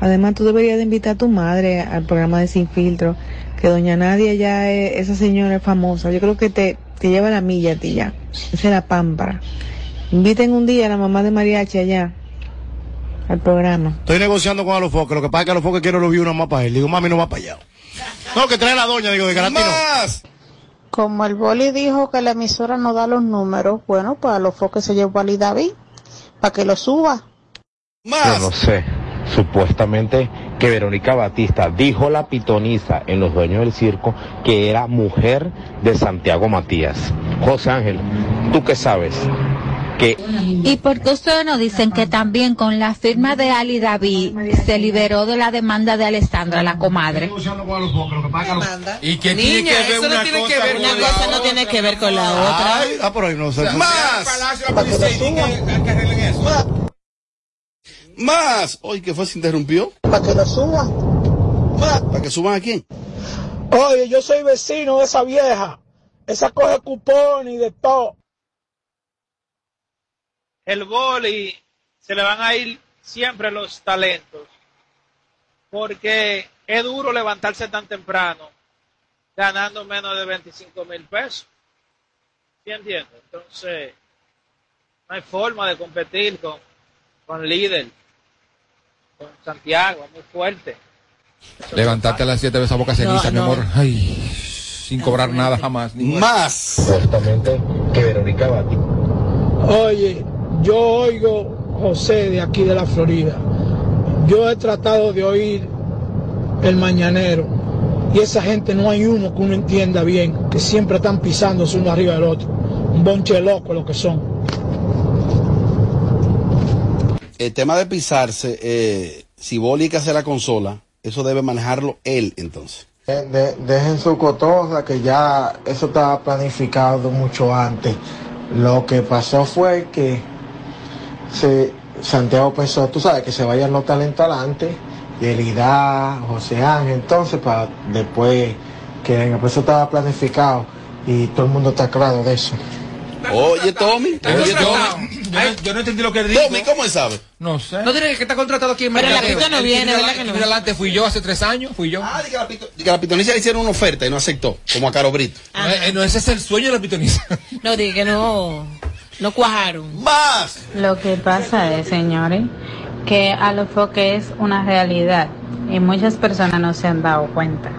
S4: Además, tú deberías de invitar a tu madre al programa de Sin Filtro, que doña Nadia ya es, esa señora es famosa. Yo creo que te, te lleva la milla a ti ya. Esa es la pámpara. Inviten un día a la mamá de Mariachi allá, al programa.
S8: Estoy negociando con Alofoque. Lo que pasa es que Alofoque quiero los views nada más para él. Digo, mami, no va para allá. No, que trae la doña. Digo, de garantía.
S2: Más.
S16: Como el boli dijo que la emisora no da los números, bueno, pues a los foques se llevó a Ali David para que lo suba.
S2: Más.
S1: sé. Supuestamente que Verónica Batista dijo la pitoniza en Los Dueños del Circo que era mujer de Santiago Matías. José Ángel, ¿tú qué sabes? Que
S17: ¿Y por qué ustedes no dicen que también con la firma de Ali David se liberó de la demanda de Alessandra, la comadre?
S6: ¿Y que
S14: Niña,
S6: tiene que ver
S14: eso no
S6: una
S14: tiene
S6: cosa
S14: que ver
S6: con
S14: una
S6: la
S14: cosa, no
S6: otra?
S14: tiene que ver con la otra.
S8: Ay, ah, por ahí no sé.
S2: Más. Más. Oye, que fue, se interrumpió.
S16: Para que lo suba.
S2: ¿Para que suban a quién?
S18: Oye, yo soy vecino de esa vieja. Esa coge cupón y de todo. El boli se le van a ir siempre los talentos. Porque es duro levantarse tan temprano ganando menos de 25 mil pesos. ¿Sí entiendes? Entonces, no hay forma de competir con,
S19: con líder, con Santiago, muy fuerte.
S20: Levantarte a las 7 de esa boca ceniza, mi amor. Ay, sin cobrar nada jamás.
S2: Más.
S21: Justamente que Verónica Batista.
S18: Oye, yo oigo José de aquí de la Florida. Yo he tratado de oír el mañanero y esa gente no hay uno que uno entienda bien, que siempre están pisándose uno arriba del otro. Un bonche loco lo que son.
S2: El tema de pisarse, eh, si Boli que hace la consola, eso debe manejarlo él entonces.
S22: De- de- dejen su cotorra, que ya eso estaba planificado mucho antes. Lo que pasó fue que se, Santiago pensó, tú sabes, que se vayan los talentos adelante, Yelida, José Ángel, entonces para después, que pues, eso estaba planificado y todo el mundo está claro de eso.
S2: Oye, Tommy. Oye,
S6: Tommy. yo no entendí lo que él dijo. Tommy,
S2: ¿cómo sabe?
S6: No sé. No diré que está contratado aquí en
S2: Pero la pita no
S6: El
S2: viene,
S6: primer
S2: ¿verdad
S6: ala-
S2: que no?
S6: el primer alante fui yo hace tres años, fui yo.
S2: Y que a Ah, la pitoniza le hicieron una oferta y no aceptó, como a Caro Brito.
S6: No, eh, no, ese es el sueño de la pitoniza.
S23: No, dije que no, no cuajaron.
S2: ¡Más!
S4: Lo que pasa es, señores, que a lo foque es una realidad y muchas personas no se han dado cuenta.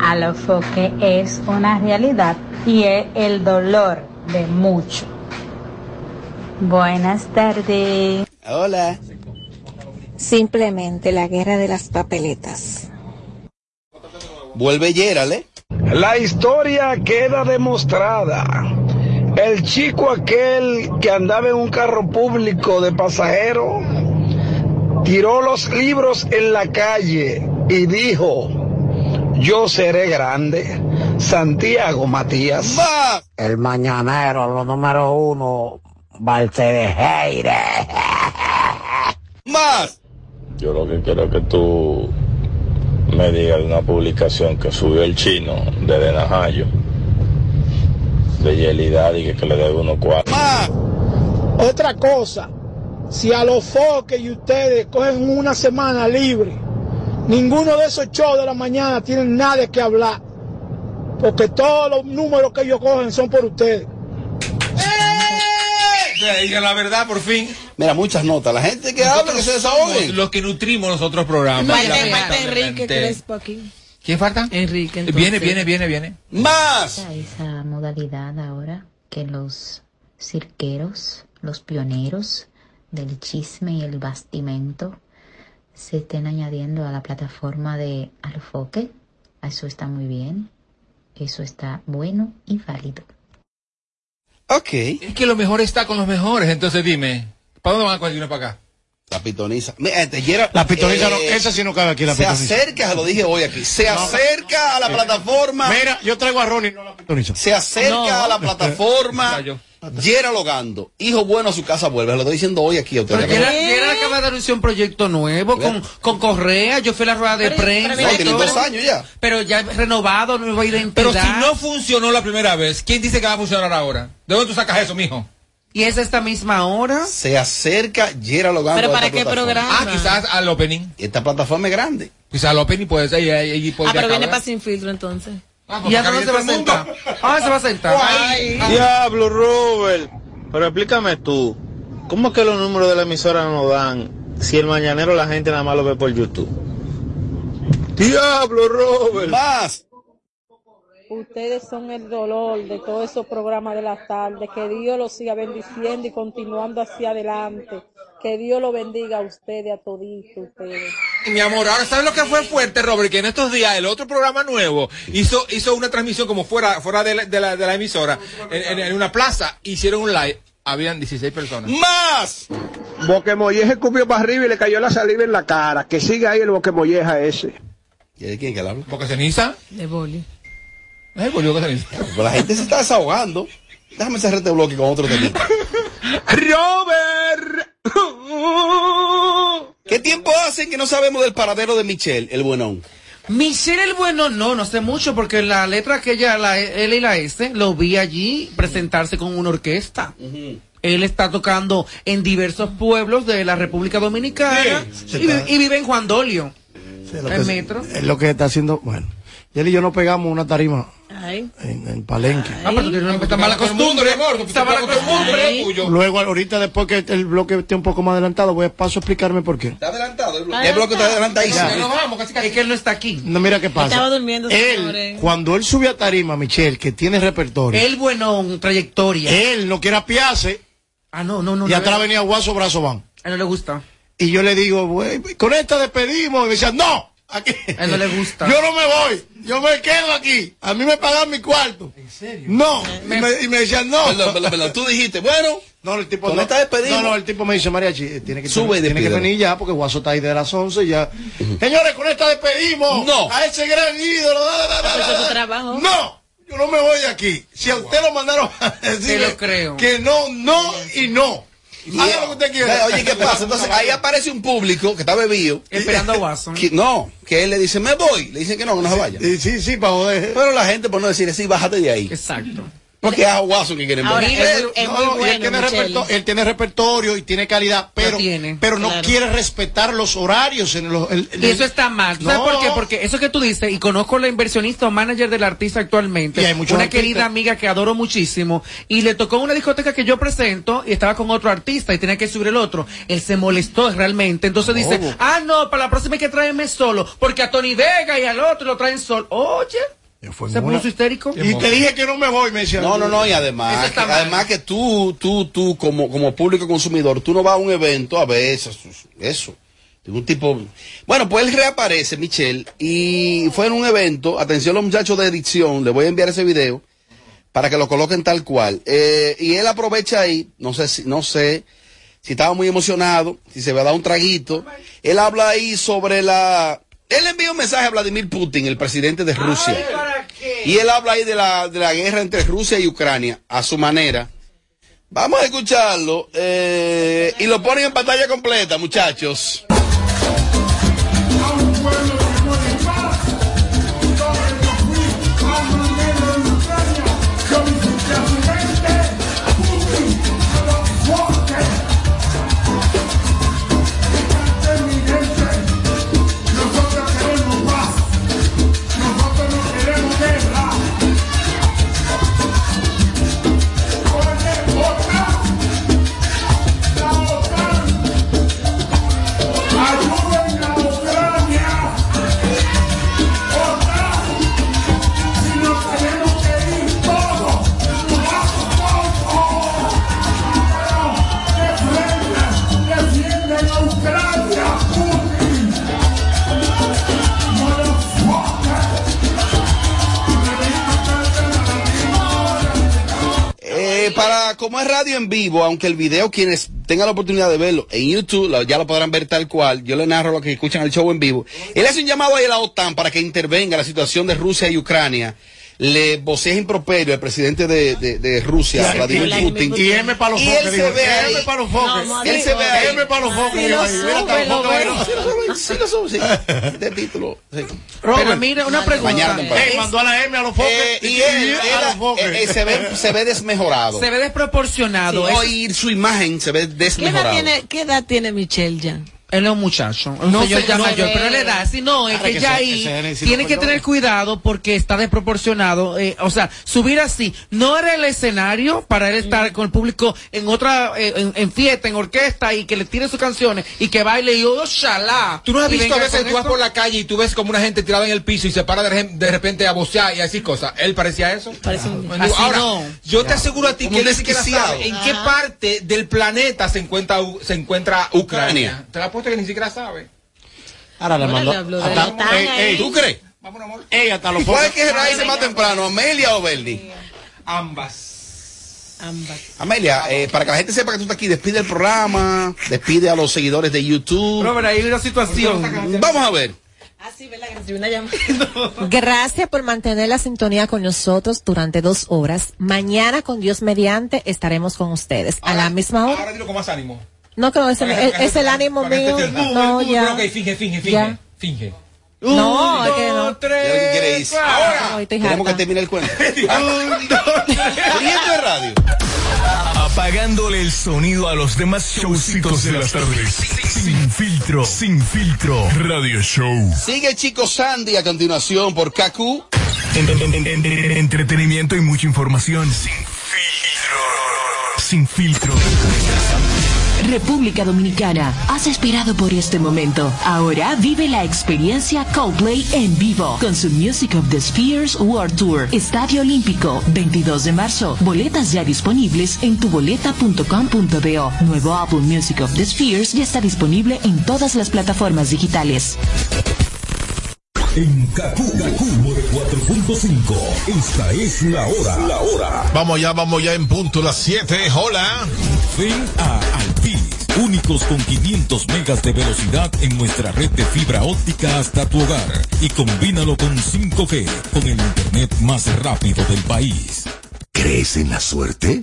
S4: A lo foque es una realidad y es el dolor de mucho. Buenas tardes.
S2: Hola.
S24: Simplemente la guerra de las papeletas.
S2: Vuelve Yérale.
S1: La historia queda demostrada. El chico aquel que andaba en un carro público de pasajero tiró los libros en la calle y dijo, yo seré grande. Santiago Matías.
S25: El mañanero, lo número uno, Valcerejeire.
S2: Más.
S26: Yo lo que quiero es que tú me digas de una publicación que subió el chino desde Najayo, de Yelida, y que, que le debe unos cuatro.
S18: Otra cosa, si a los foques y ustedes cogen una semana libre, ninguno de esos shows de la mañana tienen nada que hablar, porque todos los números que ellos cogen son por ustedes.
S6: Que digan la verdad, por fin.
S2: Mira, muchas notas. La gente que habla, que se
S6: somos
S2: desahoguen.
S6: Los que nutrimos los otros programas.
S23: Falta- falta
S6: lamentablemente.
S23: Enrique Crespo aquí. Ah,
S6: ¿Quién falta? Eh,
S23: Enrique.
S6: Viene, viene, viene, viene.
S2: ¡Más!
S17: Esa modalidad ahora que los cirqueros, los pioneros del chisme y el bastimento se estén añadiendo a la plataforma de Alfoque. Eso está muy bien. Eso está bueno y válido.
S2: Ok.
S6: Es que lo mejor está con los mejores, entonces dime. ¿Para dónde van a coger dinero para acá?
S2: La pitoniza. Mira, este, Yera-
S6: La pitoniza no- esa
S27: sí no cabe aquí, la
S2: se
S27: pitoniza.
S2: acerca, se lo dije hoy aquí. Se
S27: No.
S2: acerca a la
S27: Eh,
S2: plataforma.
S27: Mira, yo traigo a Ronnie, no a la pitoniza.
S2: Se acerca
S27: No.
S2: a la
S23: <laughs>
S2: plataforma. Yera Logando. Hijo bueno a su casa vuelve. Se Lo estoy diciendo hoy aquí a ustedes.
S7: Gerard, Gerard acaba de anunciar un proyecto nuevo con, con Correa. Yo fui a la rueda de
S6: Pero-
S7: prensa.
S6: pero-
S7: y
S6: tiene
S7: todo.
S6: dos años ya.
S7: Pero ya renovado, nueva identidad.
S6: Pero si no funcionó la primera vez, ¿quién dice que va a funcionar ahora? ¿De dónde tú sacas eso, mijo?
S7: ¿Y es esta misma hora?
S2: Se acerca Yera Logando. a esta plataforma.
S6: Ah, quizás al opening.
S2: Esta plataforma es grande.
S6: Quizás al opening puede ser. y ahí- ahí
S23: Ah,
S6: podría
S23: pero viene
S6: acabar.
S23: para sin filtro entonces.
S6: pues, ¿Y acá dónde viene se va a todo el
S7: Ah, se va a sentar.
S23: Ay.
S8: Diablo, Robert. Pero explícame tú, ¿cómo es que los números de la emisora no dan si el mañanero la gente nada más lo ve por YouTube? Diablo, Robert.
S2: Más.
S28: Ustedes son el dolor de todos esos programas de la tarde. Que Dios los siga bendiciendo y continuando hacia adelante. Que Dios lo bendiga a ustedes, a toditos ustedes.
S6: Mi amor, ahora sabes lo que fue fuerte, Robert, que en estos días el otro programa nuevo hizo, hizo una transmisión como fuera, fuera de, la, de la- de la emisora, en, en- en una plaza, hicieron un live, habían 16 personas.
S2: ¡Más!
S8: Boquemolleja escupió para arriba y le cayó la saliva en la cara. Que siga ahí el boquemolleja ese.
S2: ¿Y de quién que le habla?
S6: Porque ceniza.
S23: De boli.
S6: Ay, boludo, que ceniza.
S2: Pero Pues la gente se está desahogando. Déjame cerrar este bloque con otro tema.
S27: <laughs>
S7: ¡Robert!
S2: ¿Qué tiempo hacen que no sabemos del paradero de Michelle, el buenón?
S7: Michelle el Bueno, no, no sé mucho, porque la letra que ella, la L y la S, lo vi allí presentarse con una orquesta. Él está tocando en diversos pueblos de la República Dominicana y, vi- y vive en Juan Dolio.
S27: lo
S7: en
S27: que-
S7: metro.
S27: Es lo que está haciendo, bueno.
S8: Y él y yo nos pegamos una tarima
S4: Ay.
S8: en, en Palenque.
S6: Ah, pero tú tienes una mala costumbre, amor. que tú te
S7: mala
S6: pegas con el mundo,
S7: costumbre.
S6: ¿eh? Tuyo.
S8: Luego, ahorita después que el bloque esté un poco más adelantado, voy a paso a explicarme por qué.
S2: Está adelantado el
S8: El bloque está adelantadísimo.
S7: No, no, vamos, casi, casi. Es que él no está aquí.
S8: No, mira qué pasa.
S7: Estaba durmiendo,
S8: él,
S7: señores.
S8: cuando él sube a tarima, Michelle, que tiene repertorio,
S7: Él, bueno, trayectoria.
S8: Él no quiere apiarse.
S7: Ah, no, no, no.
S8: y
S7: no,
S8: atrás
S7: no.
S8: venía Guaso Brazo Van.
S7: A él no le gusta.
S8: Y yo le digo, "Güey, con esta despedimos. Y me decía, no,
S7: <laughs>
S8: aquí.
S7: A él no le gusta.
S8: Yo no me voy, yo me quedo aquí. A mí me pagan mi cuarto. ¿En serio? No. Y me, y me decían, no.
S2: Perdón, perdón, perdón. Tú dijiste, bueno,
S8: No, el tipo
S2: con
S8: no,
S2: esta despedimos.
S8: No, no, el tipo me dice, Mariachi, eh, tiene que,
S2: Sube y
S8: tiene que
S2: despídelo.
S8: venir ya porque Guaso está ahí de las 11 y ya. Señores, con esta despedimos.
S2: No.
S8: A ese gran ídolo. da, da, da, da,
S4: Eso es
S8: da,
S4: su
S8: da.
S4: trabajo.
S8: No, yo no me voy de aquí. Si a usted lo mandaron a decir
S7: lo creo.
S8: que no, no y no. Haga lo que usted quiera.
S2: Oye, ¿qué pasa? Entonces ahí aparece un público que está bebido.
S7: Esperando a Watson.
S2: Que, no, que él le dice, me voy. Le dicen que no, que no se vaya.
S8: Eh, Sí, sí, para joder.
S2: Pero la gente, por no decir, sí, bájate de ahí.
S7: Exacto.
S2: Porque es a Watson que quieren ver.
S4: Ahora, es,
S8: Pero,
S4: muy- es
S8: no,
S4: muy
S8: no, y él,
S4: bueno,
S8: tiene
S4: Michelle.
S8: reperto- él tiene repertorio y tiene calidad, pero,
S7: tiene,
S8: pero no
S4: claro.
S8: quiere respetar los horarios. En los, el- el-
S7: Y eso está mal. ¿Tú ¿Sabes
S8: No.
S7: por qué? Porque eso que tú dices, y conozco la inversionista o manager del artista actualmente,
S8: Y hay muchos
S7: una
S8: artistas.
S7: querida amiga que adoro muchísimo, y le tocó una discoteca que yo presento, y estaba con otro artista, y tenía que subir el otro. Él se molestó realmente, entonces dice,
S8: Bobo.
S7: ah, no, para la próxima hay que traerme solo, porque a Tony Vega y al otro lo traen solo. Oye,
S8: Yo fui en
S7: se
S8: una-
S7: puso histérico.
S8: Y te dije que no me voy, me decía.
S2: No, no, no, y
S7: Eso
S2: además, que,
S7: está mal.
S2: además que tú, tú, tú, como, como público consumidor, tú no vas a un evento a veces, eso. De un tipo. Bueno, pues él reaparece, Michelle, y fue en un evento. Atención, los muchachos de edición, le voy a enviar ese video para que lo coloquen tal cual. Eh, y él aprovecha ahí, no sé si, no sé si estaba muy emocionado, si se va a dar un traguito. Él habla ahí sobre la. Él envía un mensaje a Vladimir Putin, el presidente de Rusia. Y él habla ahí de la, de la guerra entre Rusia y Ucrania, a su manera. Vamos a escucharlo eh, y lo ponen en pantalla completa, muchachos. Eh, para como es radio en vivo, aunque el video quienes tengan la oportunidad de verlo en YouTube lo- ya lo podrán ver tal cual. Yo le narro lo que escuchan el show en vivo. Él hace un llamado ahí a la OTAN para que intervenga la situación de Rusia y Ucrania. Le vocea improperio al presidente de, de- de Rusia, Vladimir
S4: Vladimir
S2: Putin.
S4: Putin.
S8: Y M para los
S2: Y él
S8: foques.
S2: se
S8: digo,
S2: ve ahí.
S8: M para los foques.
S4: No,
S2: Él se ve ahí.
S8: M para los foques.
S4: Si
S8: digo,
S4: lo
S8: ahí, mira,
S4: sube,
S8: tampoco
S4: lo ve.
S8: era-
S18: <laughs>
S8: <laughs>
S2: Sí, lo- sí, lo son, sí. De título. sí.
S7: Pero mira, una pregunta.
S2: mañana,
S8: Ey, mandó a la M a los foques.
S2: Eh, y él,
S8: a
S2: era-
S8: los foques.
S2: eh, eh, se, ve, se ve desmejorado.
S7: Se ve desproporcionado.
S2: No,
S7: Es-
S2: y su imagen se ve
S4: ¿Qué edad,
S2: desmejorada.
S4: tiene, ¿Qué edad tiene Michelle ya?
S7: Él es un muchacho, un
S8: No
S7: señor
S8: sé,
S7: ya
S8: no
S7: mayor,
S8: sé.
S7: pero la edad, si no, es
S8: Ahora
S7: que
S8: que
S7: ya
S8: se-
S7: ahí
S8: ese género sí
S7: tiene
S8: lo
S7: que
S8: perdona.
S7: tener cuidado porque está desproporcionado, eh, o sea, subir así, no era el escenario para él
S4: Mm.
S7: estar con el público en otra, eh, en, en fiesta, en orquesta y que le tire sus canciones y que baile y ojalá.
S6: Tú no has
S7: Y
S6: visto a
S7: venga
S6: veces
S7: con
S6: tú vas
S7: esto.
S6: por la calle y tú ves como una gente tirada en el piso y se para de, re- de repente a vocear y así cosas. Él parecía eso.
S4: Parece un-
S6: Bueno,
S7: Así
S6: ahora,
S7: no.
S6: yo te aseguro a ti
S2: Como
S6: que
S2: un
S6: él ni siquiera
S2: desquiciado.
S6: sabe en qué parte del planeta se encuentra, U- se encuentra Ucrania.
S2: Ucrania.
S6: Te la apuesto que ni siquiera sabe.
S8: Ahora le
S4: Ahora
S8: mandó.
S4: le habló de
S8: hasta-
S4: la tanga
S8: ey, ey,
S4: ahí.
S2: ¿Tú crees?
S6: Vámonos, amor.
S8: ey, hasta los
S2: ¿Cuál es
S8: foques.
S2: que raíz más temprano, Amelia o Bernie?
S6: Ambas.
S4: Ambas.
S2: Amelia, eh, para que la gente sepa que tú estás aquí, despide el programa, despide a los seguidores de YouTube.
S7: Robert, ahí hay una situación.
S2: Vamos a ver.
S4: Ah, sí, ¿verdad? Que recibí una llamada.
S1: Gracias por mantener la sintonía con nosotros durante dos horas. Mañana, con Dios mediante, estaremos con ustedes a la misma hora.
S6: Ahora dilo con más ánimo.
S1: No, que no, es el,
S6: Para que- para
S1: es el
S6: que-
S1: ánimo
S6: para que
S1: mío.
S6: te- el tú,
S1: No,
S6: el tú, pero
S1: ya.
S6: ok, finge, finge, finge.
S1: Ya.
S6: Finge.
S1: No, es
S7: Un,
S1: que no.
S7: dos, tres,
S2: Ya lo que quiere decir.
S7: cuatro.
S2: Ahora,
S1: Ay, estoy
S7: <laughs>
S2: tenemos que
S1: harta.
S2: terminar el cuento. Ah, Riendo de radio.
S3: Apagándole el sonido a los demás showcitos de las tardes. Sin filtro, sin filtro. Radio Show.
S29: Sigue Chico Sandy a continuación por Kaku.
S3: En- en- en- en- en- entretenimiento y mucha información. Sin filtro. Sin filtro.
S30: República Dominicana, has esperado por este momento. Ahora vive la experiencia Coldplay en vivo con su Music of the Spheres World Tour, Estadio Olímpico, 22 de marzo. Boletas ya disponibles en tuboleta.com.do. Nuevo álbum Music of the Spheres ya está disponible en todas las plataformas digitales.
S3: En Kaku, Kaku 4.5. Esta es la hora. La hora.
S31: Vamos ya, vamos ya en punto las 7. Hola.
S32: Ven a Altis, únicos con 500 megas de velocidad en nuestra red de fibra óptica hasta tu hogar y combínalo con 5G, con el internet más rápido del país.
S18: ¿Crees en la suerte?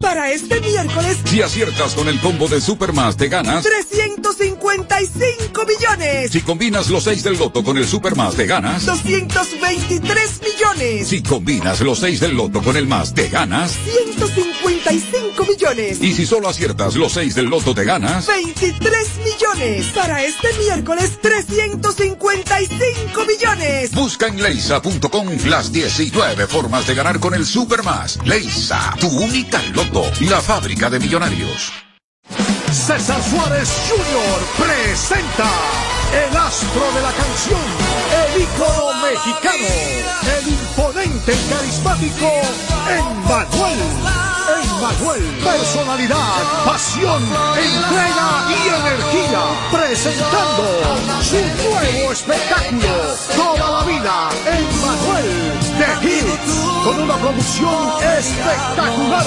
S1: Para este miércoles,
S32: Si aciertas con el combo de Supermas, te ganas.
S1: 355 millones.
S32: Si combinas los 6 del loto con el Supermas, te ganas.
S1: 223 millones.
S32: Si combinas los 6 del loto con el más, te ganas.
S1: 155 millones.
S32: Y si solo aciertas los 6 del loto, te ganas.
S1: 23 millones. Para este miércoles, 355 millones.
S32: Busca en leisa.com las 19 formas de ganar con el Supermas. Leisa, tu única loto, la fábrica de millonarios.
S18: César Suárez Jr. presenta el astro de la canción, el ícono mexicano, el imponente y carismático Emmanuel. Emmanuel, personalidad, pasión, entrega y energía, presentando su nuevo espectáculo, toda la vida, Emmanuel de Hits, con una producción espectacular.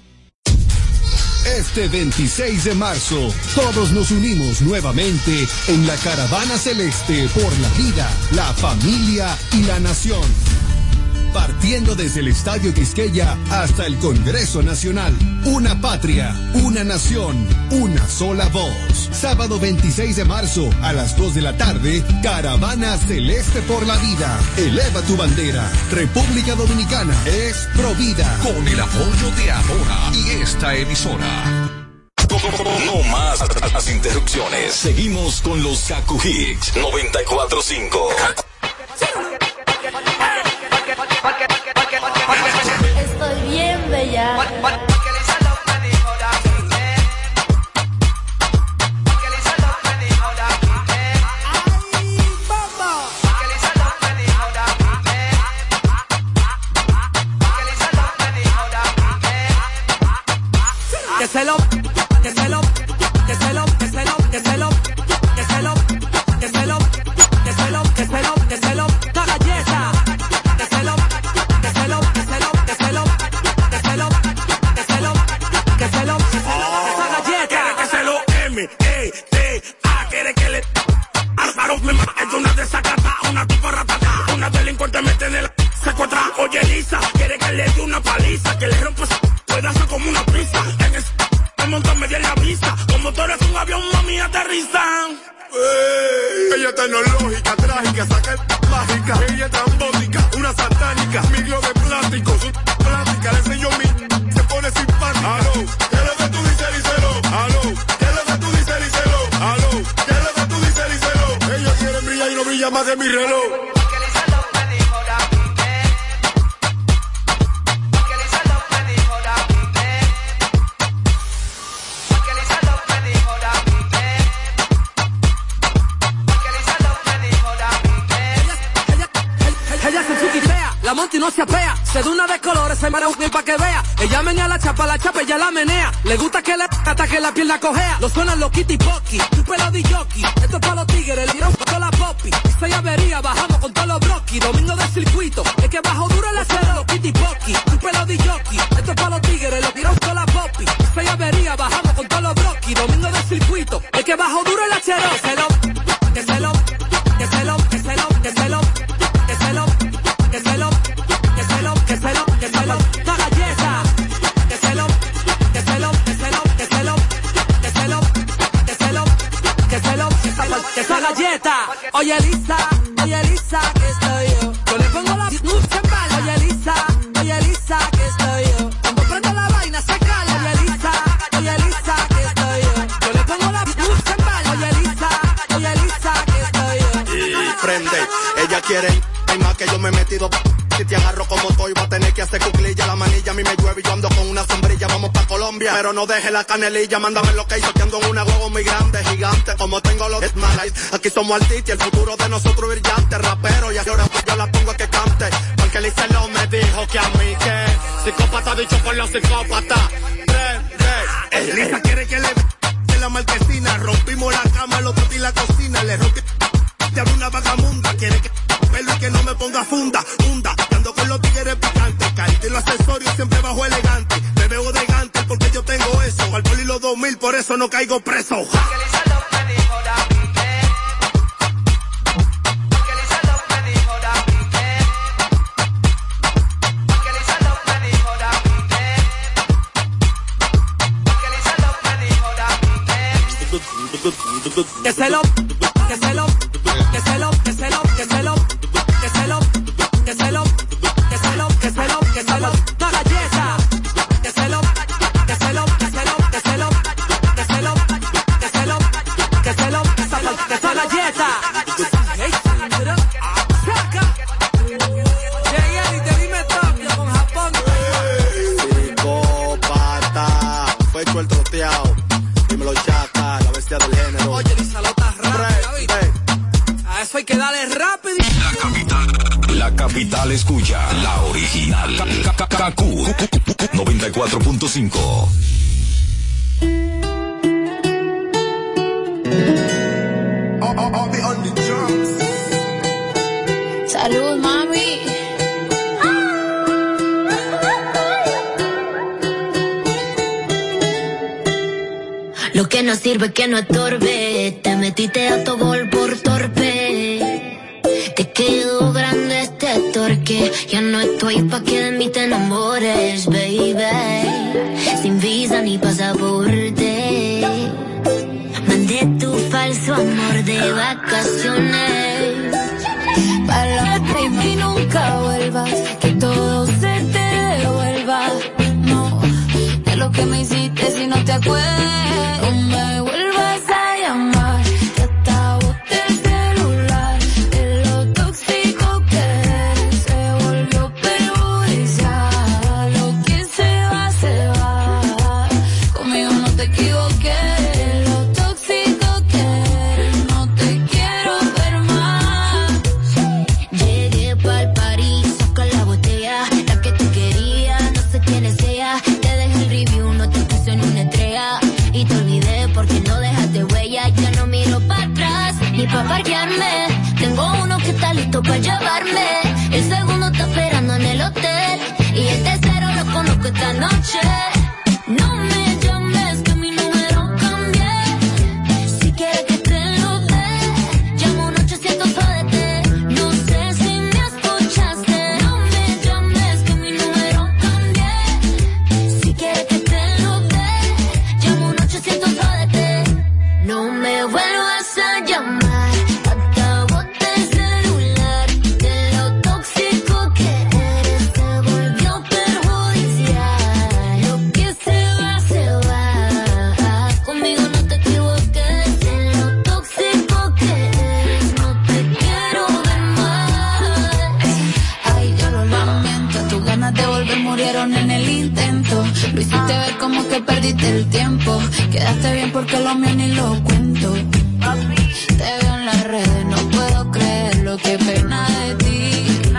S2: Este 26 de marzo, todos nos unimos nuevamente en la Caravana Celeste por la vida, la familia y la nación. Partiendo desde el Estadio Quisqueya hasta el Congreso Nacional. Una patria, una nación, una sola voz. Sábado 26 de marzo a las 2 de la tarde, Caravana Celeste por la Vida. Eleva tu bandera. República Dominicana es Provida.
S3: Con el apoyo de Ahora y esta emisora. No más las interrupciones.
S32: Seguimos con los Kaku Hicks
S3: 945.
S33: Estoy bien bella.
S34: Que se lo, que se lo, que se lo, que se lo, que se lo, que se lo, que se lo, que se lo, que se lo, que se lo, la galleta. Que se lo, que se lo, que se lo, que se lo, que se lo, que se lo, que se lo, que se lo, esa galleta.
S35: Quiere que se lo M, E, T, A, quiere que le. Alfaros me mata, es una desacata, una tipo ratata, una delincuente mete en el secuestra. Oye, Lisa, quiere que le dé una paliza, que le rompa su pedazo como una prisa. En el el montón me dio en la vista, como tú eres un avión, mami, aterrizan. Ey, ella está enológica, trágica, saca el mágica, ella es trambótica, una satánica, mi globo de plástico, su plática, le enseño mi, se pone
S18: eres simpática. Aló, ¿qué es lo que tú dices, díselo? Aló, ¿qué es lo que tú dices, díselo? Aló, ¿qué es lo que tú dices, díselo? Ella quiere brillar y no brilla más que mi reloj.
S34: Ella se chiquitea, la monta y no se apea. Se da una de colores, se mara un clip pa' que vea. Ella menea la chapa, la chapa, ella la menea. Le gusta que le hasta que la pierna cojea. Lo suenan los kitty pocky, tu pelo de jockey. Esto es pa' los tigres, el tirón pa' la poppy. Seis avería, bajamos con todos los broquis. Domingo de circuito, es que bajo duro el acero, los kitty pocky. Tu pelo de jockey, esto es pa' los tigres, los tirón pa' la poppy. Seis avería, bajamos con todos los broquis. Domingo de circuito, es que bajo duro el acero. Se lo, que se lo, que se lo, que se lo, que se lo, que se lo que se lo, que se lo, que se lo, que se lo, la galleta, que se lo, que se lo, que se lo, que se lo, que se lo, que se lo, que se lo, que se lo, que esa galleta. Oye Elisa, oye Elisa, que estoy yo. Yo le pongo la luz en bala. Oye Elisa, oye Elisa, que estoy yo. Cuando prendo la vaina se cala. Oye Elisa, oye Elisa, que estoy yo. Yo le pongo la luz en bala. Oye Elisa, oye Elisa, que estoy yo.
S18: y prende. Ella quiere hay más que yo me he metido. Si te agarro como estoy, va a tener que hacer cuclilla. La manilla a mí me llueve y yo ando con una sombrilla. Vamos pa' Colombia, pero no deje la canelilla. Mándame lo que hizo, que ando en una huevo muy grande, gigante. Como tengo los Smileys, aquí somos artistas. El futuro de nosotros brillante, rapero. Y ahora yo la pongo a que cante. Porque Licelo me dijo que a mí que psicópata, dicho por los psicópatas. Prende. Elisa quiere que le en la marquesina. Rompimos la cama, el otro día en la cocina. Le rompí te una vagamunda. Quiere que pelo y que no me ponga funda, funda. Que ando con los tigres picantes. Calte los accesorios siempre bajo elegante. Me veo elegante porque yo tengo eso. Al poli los 2000, por eso no caigo preso. Ja.
S34: que se lo, que se lo, que se lo, que se lo, que se lo, que se lo, que se lo, que se lo, que se lo, que se lo, la galleta, que se lo, que se lo, que se lo, que se lo, que se lo, que se lo, que se lo, que se lo, que se la galleta. Saca. Jay Eddie, te dime Tokio con Japón.
S18: Psicópata, pecho el troteado, dímelo chaca, la bestia del género.
S34: Oye, Lisa, lo estás rápido, ¿viste? A eso hay que darle rápido.
S11: La capital escucha la original. KKKQ 94.5.
S36: Salud, mami. Lo que no sirve que no estorbe. Te metiste a tu gol por torpe. Te quedó grande este torque. Ya no estoy pa' que de mí te enamores, baby. Sin visa ni pasaporte. Mandé tu falso amor de vacaciones. Para la prima y nunca vuelvas. Que todo se te devuelva. No, de lo que me hiciste si no te acuerdas. No me vuelvas a llamar. Ya está boté el celular. De lo tóxico que eres, se volvió perjudicial. Lo que se va, se va. Conmigo no te equivoques. De Lo tóxico que eres, no te quiero ver más. Llegué pa'l París, saca la botella, la que te quería, no sé quién es ella. Te dejé el review, no te puse en una estrella. Y te olvidé porque no dejaste huella. Ya no miro para atrás ni para parquearme. Tengo uno que está listo para llevarme. El segundo está esperando en el hotel. Y el tercero lo conozco esta noche. No me llames que mi número cambié. Si quieres que te lo dé. Llamo un 800 ODT, no sé si me escuchaste. No me llames que mi número cambié. Si quieres que te lo dé, llamo un 800 ODT. No me vuelvas a llamar. Acabote el celular. De lo tóxico que eres, se volvió perjudicial. Lo que Ah, intento. Lo hiciste ver como que perdiste el tiempo. Quedaste bien porque lo mío ni lo cuento. Te veo en las redes, no puedo creer lo que pena de ti.